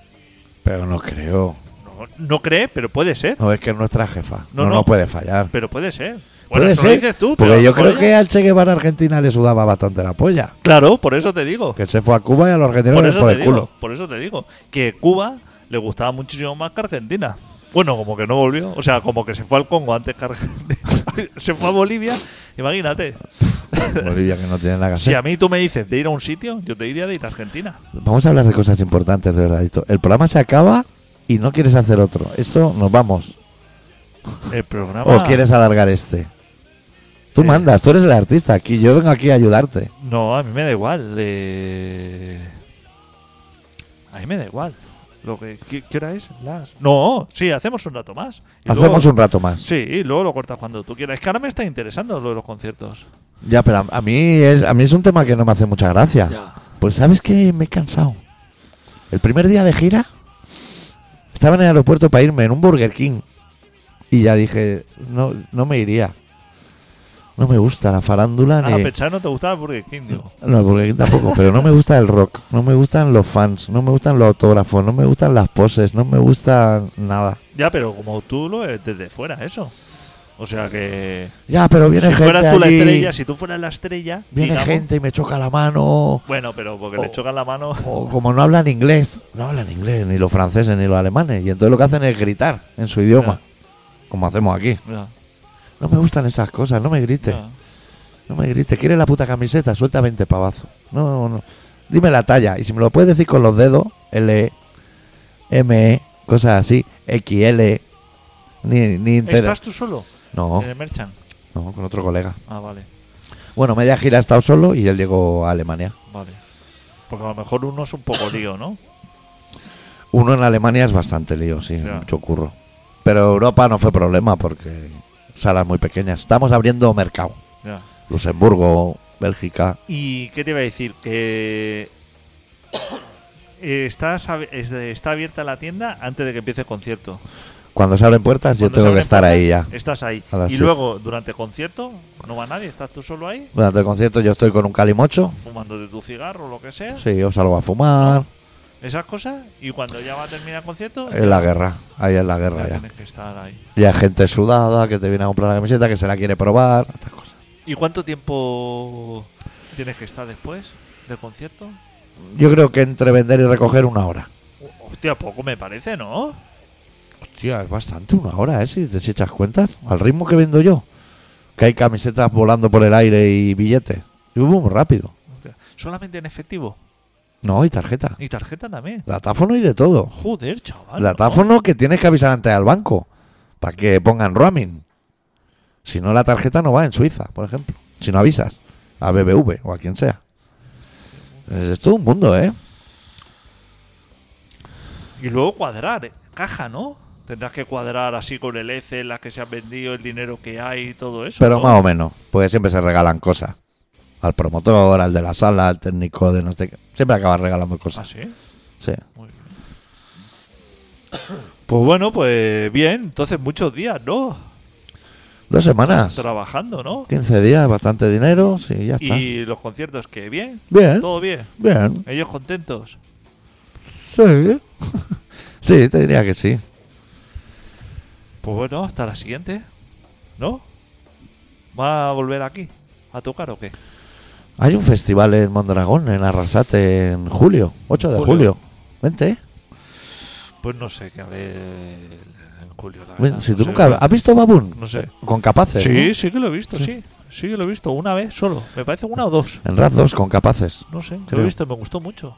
Speaker 1: Pero no creo.
Speaker 3: No, no cree, pero puede ser.
Speaker 1: No, es que es nuestra jefa.
Speaker 3: No,
Speaker 1: No, no,
Speaker 3: no.
Speaker 1: puede fallar.
Speaker 3: Pero puede ser. Bueno,
Speaker 1: puede
Speaker 3: eso
Speaker 1: ser.
Speaker 3: lo dices tú, pero a
Speaker 1: porque
Speaker 3: lo
Speaker 1: yo
Speaker 3: mejor
Speaker 1: creo
Speaker 3: ella-
Speaker 1: que al Che Guevara Argentina le sudaba bastante la polla.
Speaker 3: Claro, por eso te digo.
Speaker 1: Que se fue a Cuba y a los argentinos
Speaker 3: Por
Speaker 1: les
Speaker 3: eso,
Speaker 1: por
Speaker 3: te
Speaker 1: el culo.
Speaker 3: digo, por eso te digo que Cuba le gustaba muchísimo más que Argentina. Bueno, como que no volvió. O sea, como que se fue al Congo antes que Argentina. se fue a Bolivia. Imagínate.
Speaker 1: Pues Bolivia que no tiene nada que
Speaker 3: Si
Speaker 1: hacer.
Speaker 3: a mí tú me dices de ir a un sitio, yo te diría de ir a Argentina.
Speaker 1: Vamos a hablar de cosas importantes, de verdad. Esto- El programa se acaba y no quieres hacer otro. Esto nos vamos.
Speaker 3: El programa.
Speaker 1: O quieres alargar este. Tú
Speaker 3: Eh.
Speaker 1: mandas, tú eres el artista. Aquí, yo vengo aquí a ayudarte.
Speaker 3: No, a mí me da igual. eh, A mí me da igual. Lo que... ¿Qué, qué hora es? Las... No, sí, hacemos un rato más. Y luego-
Speaker 1: Hacemos un rato más.
Speaker 3: Sí, y luego lo cortas cuando tú quieras. Es que ahora me está interesando lo de los conciertos.
Speaker 1: Ya, pero a, a mí es, a mí es un tema que no me hace mucha gracia.
Speaker 3: Ya.
Speaker 1: Pues sabes que me he cansado. El primer día de gira estaba en el aeropuerto para irme en un Burger King. Y ya dije, no, no me iría. No me gusta la farándula
Speaker 3: Ah,
Speaker 1: ni.
Speaker 3: Pechar no te gustaba Burger King, digo.
Speaker 1: No, el Burger King tampoco, pero no me gusta el rock, no me gustan los fans, no me gustan los autógrafos, no me gustan las poses, no me gusta nada.
Speaker 3: Ya, pero como tú lo ves desde fuera, eso. O sea que.
Speaker 1: Ya, pero
Speaker 3: Si
Speaker 1: viene gente
Speaker 3: fueras tú la
Speaker 1: allí,
Speaker 3: estrella, si tú fueras la estrella.
Speaker 1: viene
Speaker 3: digamos-
Speaker 1: gente y me choca la mano,
Speaker 3: Bueno, pero porque
Speaker 1: Oh.
Speaker 3: le chocan la mano.
Speaker 1: o como no hablan inglés, no hablan inglés, ni los franceses ni los alemanes, y entonces lo que hacen es gritar en su idioma, como hacemos aquí.
Speaker 3: Ya,
Speaker 1: No me gustan esas cosas, no me grites,
Speaker 3: ya.
Speaker 1: no me grites, ¿quieres la puta camiseta? Suelta 20 pavazos. No, no, dime la talla, y si me lo puedes decir con los dedos, L, M, cosas así, XL, ni, ni entera.
Speaker 3: ¿Estás tú solo?
Speaker 1: No,
Speaker 3: En el Merchant.
Speaker 1: no, con otro colega.
Speaker 3: Ah, vale,
Speaker 1: Bueno, media gira he estado solo y él llegó a Alemania.
Speaker 3: vale. Porque a lo mejor uno es un poco lío, ¿no?
Speaker 1: Uno en Alemania es bastante lío, sí,
Speaker 3: Ya.
Speaker 1: mucho curro. Pero Europa no fue problema porque salas muy pequeñas. Estamos abriendo mercado.
Speaker 3: Ya.
Speaker 1: Luxemburgo, Bélgica.
Speaker 3: ¿Y qué te iba a decir? Que. eh, Estás, ab- es- está abierta la tienda antes de que empiece el concierto.
Speaker 1: Cuando se abren puertas yo
Speaker 3: Cuando se
Speaker 1: tengo que
Speaker 3: abren
Speaker 1: estar ahí ya.
Speaker 3: Estás ahí.
Speaker 1: A las
Speaker 3: Y
Speaker 1: siete.
Speaker 3: luego, durante el concierto, no va nadie, estás tú solo ahí,
Speaker 1: Durante el concierto yo estoy con un calimocho.
Speaker 3: fumándote tu cigarro o lo que sea.
Speaker 1: Sí, yo salgo a fumar.
Speaker 3: Esas cosas. Y cuando ya va a terminar el concierto,
Speaker 1: En la guerra. Ahí en la
Speaker 3: ya
Speaker 1: guerra ya.
Speaker 3: tienes que estar ahí.
Speaker 1: Y hay gente sudada que te viene a comprar la camiseta, que se la quiere probar. Estas cosas.
Speaker 3: ¿Y cuánto tiempo tienes que estar después del concierto?
Speaker 1: Yo creo que entre vender y recoger una hora.
Speaker 3: Oh, Hostia, poco me parece, ¿no?
Speaker 1: Hostia, es bastante una hora, ¿eh? Si te si echas cuentas. Al ritmo que vendo yo. Que hay camisetas volando por el aire y billetes. Y hubo muy rápido.
Speaker 3: Hostia, Solamente en efectivo.
Speaker 1: No, y tarjeta.
Speaker 3: Y tarjeta también.
Speaker 1: Datáfono y de todo.
Speaker 3: Joder, chaval.
Speaker 1: Datáfono que tienes que avisar antes al banco. Para que pongan roaming. Si no, la tarjeta no va en Suiza, por ejemplo. Si no avisas. A BBV o a quien sea. Es, es todo un mundo, ¿eh?
Speaker 3: ¿no? Y luego cuadrar, eh, caja, ¿no? Tendrás que cuadrar así con el ECE, las que se han vendido, el dinero que hay y todo eso.
Speaker 1: Pero
Speaker 3: ¿no?
Speaker 1: más o menos. Porque siempre se regalan cosas. Al promotor, al de la sala, al técnico de no sé qué. Siempre acabas regalando
Speaker 3: Ah,
Speaker 1: cosas.
Speaker 3: sí.
Speaker 1: Sí.
Speaker 3: Muy bien. Pues bueno, pues bien, entonces muchos días, ¿no?
Speaker 1: Dos semanas.
Speaker 3: Trabajando, ¿no?
Speaker 1: 15 días, bastante dinero. Sí, ya está. ¿Eh?
Speaker 3: Y los conciertos, que bien,
Speaker 1: Bien,
Speaker 3: todo bien,
Speaker 1: bien.
Speaker 3: ellos contentos.
Speaker 1: Sí. sí, te diría que sí.
Speaker 3: Pues bueno, hasta la siguiente, ¿no? ¿Va a volver aquí a tocar o qué?
Speaker 1: Hay un festival en Mondragón, en Arrasate, en julio. 8 de
Speaker 3: Julio.
Speaker 1: julio. Vente, eh.
Speaker 3: Pues no sé qué haré en julio, la
Speaker 1: Ven,
Speaker 3: verdad,
Speaker 1: si
Speaker 3: Ah, no
Speaker 1: tú
Speaker 3: sé.
Speaker 1: nunca... ¿Has visto Babun?
Speaker 3: No sé.
Speaker 1: Con Capaces.
Speaker 3: Sí, sí que lo he visto, sí. Sí que lo he visto, una vez solo. Me parece una o dos.
Speaker 1: ¿no? En Raz 2, con Capaces.
Speaker 3: No sé, lo
Speaker 1: Creo.
Speaker 3: he visto, me gustó mucho.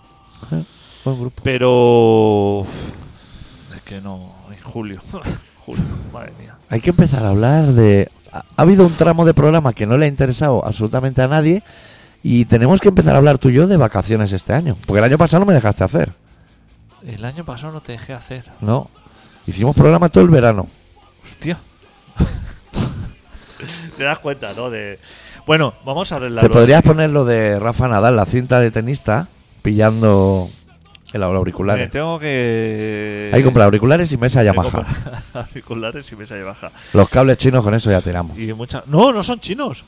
Speaker 1: Buen grupo.
Speaker 3: Pero. Es que no, en julio. julio, madre mía.
Speaker 1: Hay que empezar a hablar de... Ha ha habido un tramo de programa que no le ha interesado absolutamente a nadie y tenemos que empezar a hablar tú y yo de vacaciones este año. Porque el año pasado no me dejaste hacer,
Speaker 3: El año pasado no te dejé hacer.
Speaker 1: ¿no? Hicimos programa todo el verano.
Speaker 3: Hostia. te das cuenta, ¿no? De... Bueno, vamos a arreglar.
Speaker 1: Te podrías poner lo de Rafa Nadal, la cinta de tenista, pillando el auricular.
Speaker 3: Me tengo
Speaker 1: ¿eh?
Speaker 3: que.
Speaker 1: Hay que comprar auriculares y mesa
Speaker 3: Hay que
Speaker 1: Yamaha.
Speaker 3: comprar auriculares y mesa de baja.
Speaker 1: Los cables chinos con eso ya tiramos.
Speaker 3: Y mucha... No, no son chinos.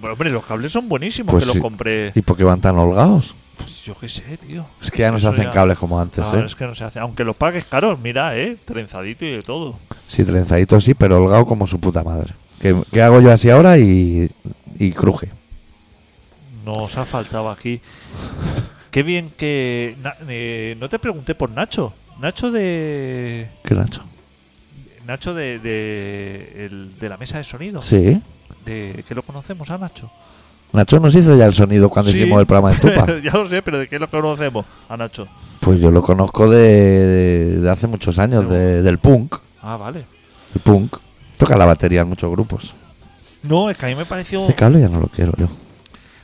Speaker 3: Pero, hombre, los cables son buenísimos
Speaker 1: Pues
Speaker 3: que
Speaker 1: sí.
Speaker 3: los compré.
Speaker 1: ¿Y por qué van tan holgados?
Speaker 3: Pues yo qué sé, tío.
Speaker 1: Es que ya no se
Speaker 3: Eso
Speaker 1: hacen
Speaker 3: ya-
Speaker 1: cables como antes,
Speaker 3: Ah,
Speaker 1: ¿eh?
Speaker 3: Es que no se hace. Aunque los pagues caros, mira, eh. Trenzadito y de todo.
Speaker 1: Sí, trenzadito sí, pero holgado como su puta madre. ¿Qué, qué hago yo así ahora y, y cruje?
Speaker 3: Nos ha faltado aquí. Qué bien que. Na- eh, no te pregunté por Nacho. Nacho de.
Speaker 1: ¿Qué Nacho?
Speaker 3: Nacho de, de, el- de la mesa de sonido.
Speaker 1: Sí.
Speaker 3: De, que lo conocemos a Nacho.
Speaker 1: Nacho nos hizo ya el sonido cuando
Speaker 3: Sí.
Speaker 1: hicimos el programa de Tupa.
Speaker 3: ya lo sé, pero ¿de qué lo conocemos a Nacho?
Speaker 1: pues yo lo conozco de, de- de hace muchos años, de- del punk.
Speaker 3: Ah, vale.
Speaker 1: El punk toca la batería en muchos grupos.
Speaker 3: No, es que a mí me pareció.
Speaker 1: Este cable ya no lo quiero yo.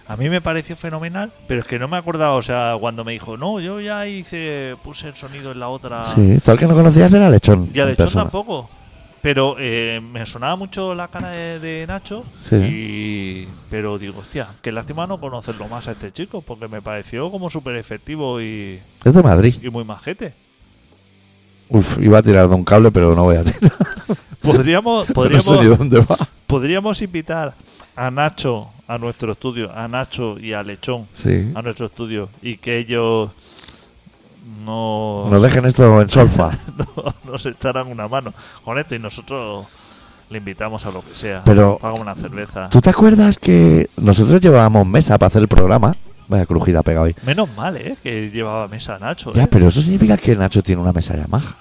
Speaker 3: A mí me pareció fenomenal, pero es que no me acordaba, o sea, cuando me dijo, no, yo ya hice, puse el sonido en la otra.
Speaker 1: Sí, todo el que no conocías era Lechón.
Speaker 3: Y a
Speaker 1: en
Speaker 3: Ah. Lechón
Speaker 1: persona.
Speaker 3: tampoco. Pero eh, me sonaba mucho la cara de, de Nacho.
Speaker 1: Sí.
Speaker 3: y- pero digo, hostia, qué lástima no conocerlo más a este chico, porque me pareció como súper efectivo y,
Speaker 1: Es de Madrid.
Speaker 3: y muy majete.
Speaker 1: Uf, iba a tirar de un cable, pero no voy a tirar.
Speaker 3: Podríamos,
Speaker 1: No sé ni
Speaker 3: podríamos,
Speaker 1: dónde va.
Speaker 3: podríamos invitar a Nacho a nuestro estudio, a Nacho y a Lechón
Speaker 1: Sí.
Speaker 3: a nuestro estudio y que ellos no
Speaker 1: Nos dejen esto en solfa.
Speaker 3: no- nos echaran una mano con esto y nosotros le invitamos a lo que sea.
Speaker 1: Pero-
Speaker 3: Paga una cerveza.
Speaker 1: ¿Tú te acuerdas que nosotros llevábamos mesa para hacer el programa? Vaya crujida pega hoy.
Speaker 3: Menos mal, ¿eh? Que llevaba mesa Nacho.
Speaker 1: Ya,
Speaker 3: ¿eh?
Speaker 1: pero eso significa que Nacho tiene una mesa Yamaha.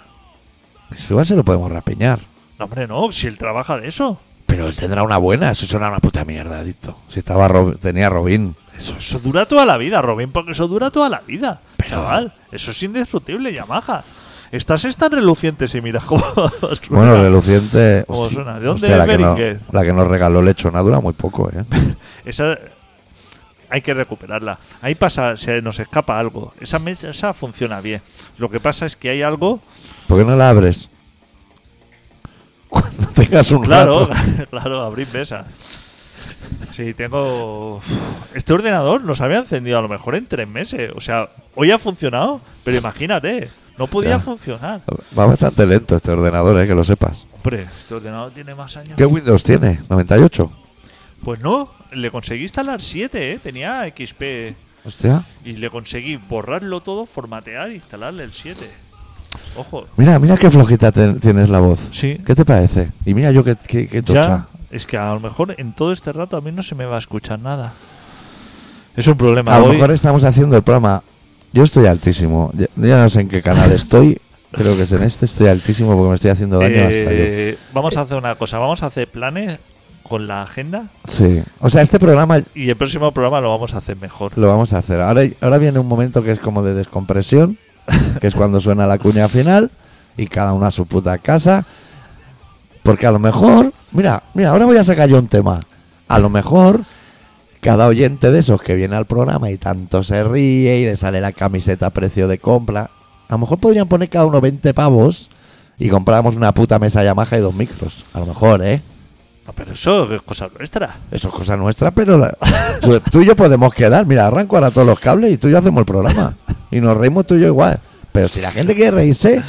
Speaker 1: Eso igual se lo podemos rapeñar.
Speaker 3: No, hombre, no, si él trabaja de eso.
Speaker 1: Pero él tendrá una buena, eso suena una puta mierda, adicto. Si estaba Rob- tenía Robin.
Speaker 3: Eso, eso dura toda la vida, Robin, porque eso dura toda la vida.
Speaker 1: Pero-
Speaker 3: Chaval, eso es indestructible, Yamaha. Estas están relucientes y mira cómo os
Speaker 1: Bueno,
Speaker 3: suena.
Speaker 1: reluciente.
Speaker 3: ¿Cómo
Speaker 1: hosti-
Speaker 3: suena? ¿De dónde
Speaker 1: hostia,
Speaker 3: es
Speaker 1: la, que no-
Speaker 3: Beringer?
Speaker 1: la que nos regaló lechona dura muy poco, ¿eh?
Speaker 3: Esa hay que recuperarla. Ahí pasa, se nos escapa algo. Esa mesa esa funciona bien. Lo que pasa es que hay algo,
Speaker 1: ¿Por qué no la abres? Cuando tengas un
Speaker 3: claro,
Speaker 1: rato.
Speaker 3: claro, abrir mesa. Sí, tengo este ordenador nos había encendido a lo mejor en tres meses. O sea, hoy ha funcionado, pero imagínate, no podía
Speaker 1: Ya.
Speaker 3: funcionar.
Speaker 1: Va bastante lento este ordenador, ¿eh? Que lo sepas.
Speaker 3: Hombre, este ordenador tiene más años.
Speaker 1: ¿Qué Windows tiene? ¿98?
Speaker 3: Pues no, le conseguí instalar 7, ¿eh? tenía XP
Speaker 1: Hostia.
Speaker 3: y le conseguí borrarlo todo, formatear e instalarle el 7. Ojo,
Speaker 1: Mira, mira qué flojita te- tienes la voz.
Speaker 3: sí,
Speaker 1: ¿Qué te parece? Y mira yo qué, qué, qué
Speaker 3: ya.
Speaker 1: tocha.
Speaker 3: Es que a lo mejor en todo este rato a mí no se me va a escuchar nada. Es un problema.
Speaker 1: A lo
Speaker 3: hoy.
Speaker 1: mejor estamos haciendo el programa. Yo estoy altísimo. Ya, ya no sé en qué canal estoy. Creo que es en este estoy altísimo porque me estoy haciendo daño hasta yo.
Speaker 3: Eh, Vamos a hacer una cosa, vamos a hacer planes con la agenda
Speaker 1: Sí. O sea, este programa
Speaker 3: y el próximo programa lo vamos a hacer mejor.
Speaker 1: lo vamos a hacer. Ahora, ahora viene un momento que es como de descompresión, que es cuando suena la cuña final y cada uno a su puta casa. Porque a lo mejor, mira, mira, ahora voy a sacar yo un tema. A lo mejor cada oyente de esos que viene al programa y tanto se ríe y le sale la camiseta a precio de compra, a lo mejor podrían poner cada uno 20 pavos y compramos una puta mesa Yamaha y dos micros. A lo mejor, ¿eh?
Speaker 3: No, Ah, pero eso es cosa nuestra.
Speaker 1: Eso es cosa nuestra, pero la- tú, tú y yo podemos quedar. Mira, arranco ahora todos los cables y tú y yo hacemos el programa. Y nos reímos tú y yo igual. Pero si la gente quiere reírse,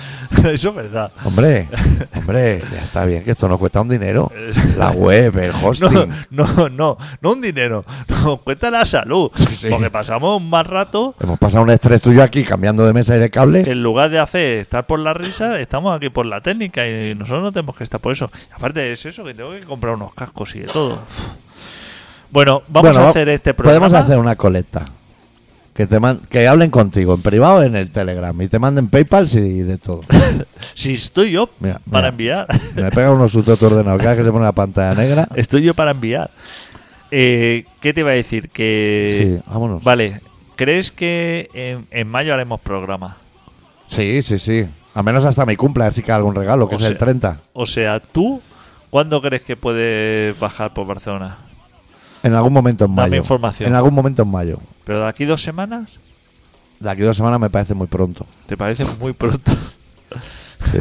Speaker 3: eso es verdad.
Speaker 1: hombre, hombre, ya está bien, que esto nos cuesta un dinero.
Speaker 3: Eh,
Speaker 1: La web, el
Speaker 3: No,
Speaker 1: hosting.
Speaker 3: no, no, no un dinero, nos cuesta la salud.
Speaker 1: Sí.
Speaker 3: Porque pasamos más rato
Speaker 1: Hemos pasado un estrés tuyo aquí cambiando de mesa y de
Speaker 3: que
Speaker 1: cables.
Speaker 3: en lugar de hacer estar por la risa, estamos aquí por la técnica y nosotros no tenemos que estar por eso. Aparte es eso, que tengo que comprar unos cascos y de todo. Bueno, vamos
Speaker 1: Bueno,
Speaker 3: a hacer este programa.
Speaker 1: Podemos hacer una colecta. Que, te man- que hablen contigo en privado en el Telegram y te manden PayPal y de todo.
Speaker 3: Si estoy yo
Speaker 1: Mira,
Speaker 3: para enviar.
Speaker 1: Me pega unos sustos tu ordenador cada vez que se pone la pantalla negra.
Speaker 3: Estoy yo para enviar. Eh, ¿Qué te iba a decir? Que.
Speaker 1: Sí, vámonos.
Speaker 3: Vale, ¿crees que en, en mayo haremos programa?
Speaker 1: Sí, sí, sí. Al menos hasta mi cumple, así que algún regalo, que
Speaker 3: O
Speaker 1: es el
Speaker 3: sea-
Speaker 1: 30.
Speaker 3: O sea, ¿tú cuándo crees que puedes bajar por Barcelona?
Speaker 1: En algún momento en
Speaker 3: Dame
Speaker 1: mayo.
Speaker 3: información.
Speaker 1: En algún momento en mayo.
Speaker 3: ¿Pero de aquí dos semanas?
Speaker 1: De aquí a dos semanas me parece muy pronto.
Speaker 3: ¿Te parece muy pronto?
Speaker 1: Sí.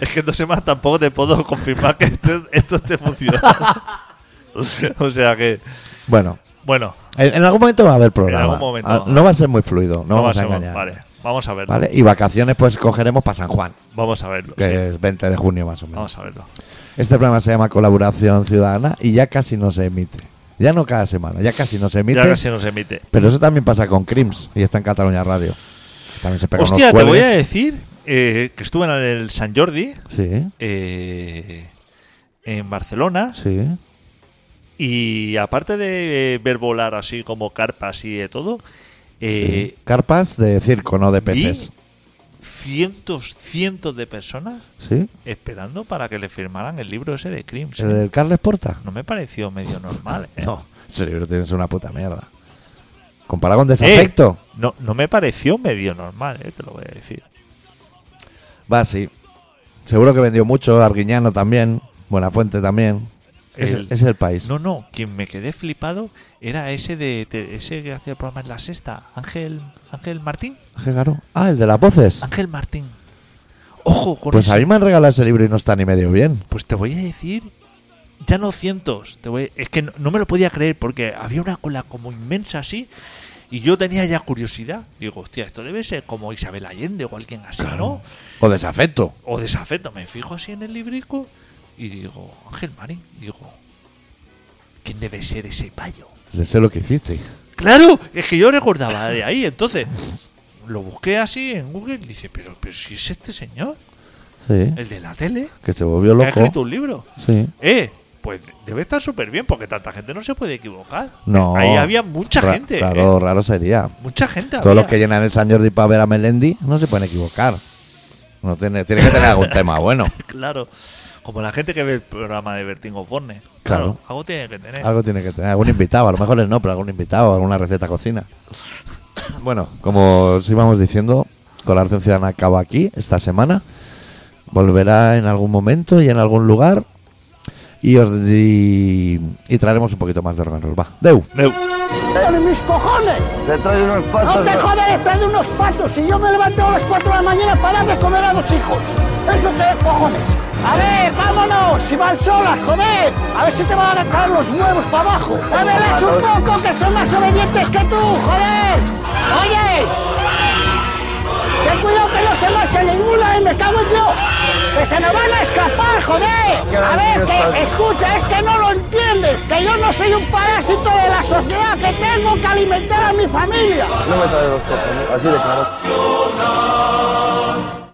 Speaker 3: es que en dos semanas tampoco te puedo confirmar que este- esto esté funcionando. o sea que.
Speaker 1: bueno,
Speaker 3: Bueno,
Speaker 1: en, en algún momento va a haber programa.
Speaker 3: En algún momento.
Speaker 1: Ah, No va a ser muy fluido, no,
Speaker 3: no
Speaker 1: vamos a
Speaker 3: va ser-
Speaker 1: engañar.
Speaker 3: Vale, vamos a verlo.
Speaker 1: Vale, Y vacaciones pues cogeremos para San Juan,
Speaker 3: Vamos a verlo.
Speaker 1: que
Speaker 3: sí.
Speaker 1: es 20 de junio más o menos.
Speaker 3: Vamos a verlo.
Speaker 1: Este programa se llama Colaboración Ciudadana y ya casi no se emite. Ya no cada semana, ya casi no se emite.
Speaker 3: Ya casi nos emite.
Speaker 1: Pero eso también pasa con Crims y está en Cataluña Radio. También se pega unos
Speaker 3: Hostia, te voy a
Speaker 1: cuelgues.
Speaker 3: decir eh, que estuve en el San Jordi
Speaker 1: Sí,
Speaker 3: eh, en Barcelona
Speaker 1: sí.
Speaker 3: y aparte de ver volar así como carpas y de todo, eh,
Speaker 1: Carpas de circo, no de
Speaker 3: vi
Speaker 1: peces.
Speaker 3: cientos, cientos de personas
Speaker 1: ¿Sí?
Speaker 3: esperando para que le firmaran el libro ese de Crims. eh.
Speaker 1: ¿El del Carles Porta?
Speaker 3: No me pareció medio normal. ¿eh?
Speaker 1: No, ese libro tiene que ser una puta mierda. Comparado con Desafecto.
Speaker 3: Eh, no, no me pareció medio normal, eh, te lo voy a decir.
Speaker 1: Va, sí. Seguro que vendió mucho. Arguiñano también. Buenafuente también. Es el,
Speaker 3: El-
Speaker 1: es el país.
Speaker 3: No, no, quien me quedé flipado era ese de, de- ese que hacía el programa en la sexta, Ángel, Ángel Martín,
Speaker 1: Ángel Garó. Ah, el de las voces.
Speaker 3: Ángel Martín. Ojo con
Speaker 1: Pues
Speaker 3: eso.
Speaker 1: a mí me han regalado ese libro y no está ni medio bien.
Speaker 3: Pues te voy a decir, ya no cientos, te voy- es que no, no me lo podía creer porque había una cola como inmensa así y yo tenía ya curiosidad. Digo, hostia, esto debe ser como Isabel Allende o alguien así, ¿no?
Speaker 1: O desafecto.
Speaker 3: O desafeto, me fijo así en el librico y digo, Ángel Marín, digo, ¿quién debe ser ese payo?
Speaker 1: Sé lo que hiciste.
Speaker 3: Claro, es que yo recordaba de ahí, entonces lo busqué así en Google y dice, pero, pero si es este señor,
Speaker 1: Sí.
Speaker 3: el de la tele,
Speaker 1: Que se volvió
Speaker 3: que ha
Speaker 1: loco.
Speaker 3: escrito un libro.
Speaker 1: Sí.
Speaker 3: Eh, pues debe estar súper bien porque tanta gente no se puede equivocar.
Speaker 1: No.
Speaker 3: Ahí había mucha
Speaker 1: Ra-
Speaker 3: gente.
Speaker 1: Raro,
Speaker 3: eh,
Speaker 1: raro sería.
Speaker 3: Mucha gente.
Speaker 1: Todos los
Speaker 3: había.
Speaker 1: que llenan el San Jordi para ver a Melendi no se pueden equivocar. No tiene, tiene que tener algún tema bueno.
Speaker 3: Claro. Como la gente que ve el programa de Bertín Osborne.
Speaker 1: Claro.
Speaker 3: Claro. Algo tiene que tener.
Speaker 1: Algo tiene que tener, algún invitado, a lo mejor él no, pero algún invitado, alguna receta cocina. Bueno, como os íbamos diciendo, Colaboración Ciudadana acaba aquí esta semana. Volverá en algún momento y en algún lugar. Y os y, y traeremos un poquito más de rock and roll. Va, Deu.
Speaker 3: Neu.
Speaker 4: ¡Dale mis cojones!
Speaker 5: Detrás de unos
Speaker 4: No
Speaker 5: patos.
Speaker 4: te jodas detrás de unos patos y yo me levanto a las 4 de la mañana para dar de comer a dos hijos. Eso se ve cojones. A ver, vámonos, si van solas, joder. A ver si te van a caer los huevos para abajo. Dámelas un poco que son más obedientes que tú, joder. Oye, ten cuidado que no se marche ninguna, ¿eh? me cago en Dios. Que se nos van a escapar, joder. A ver, que escucha, es que no lo entiendes, que yo no soy un parásito de la sociedad, que tengo que alimentar a mi familia.
Speaker 5: No me traes los cojones, así de claro.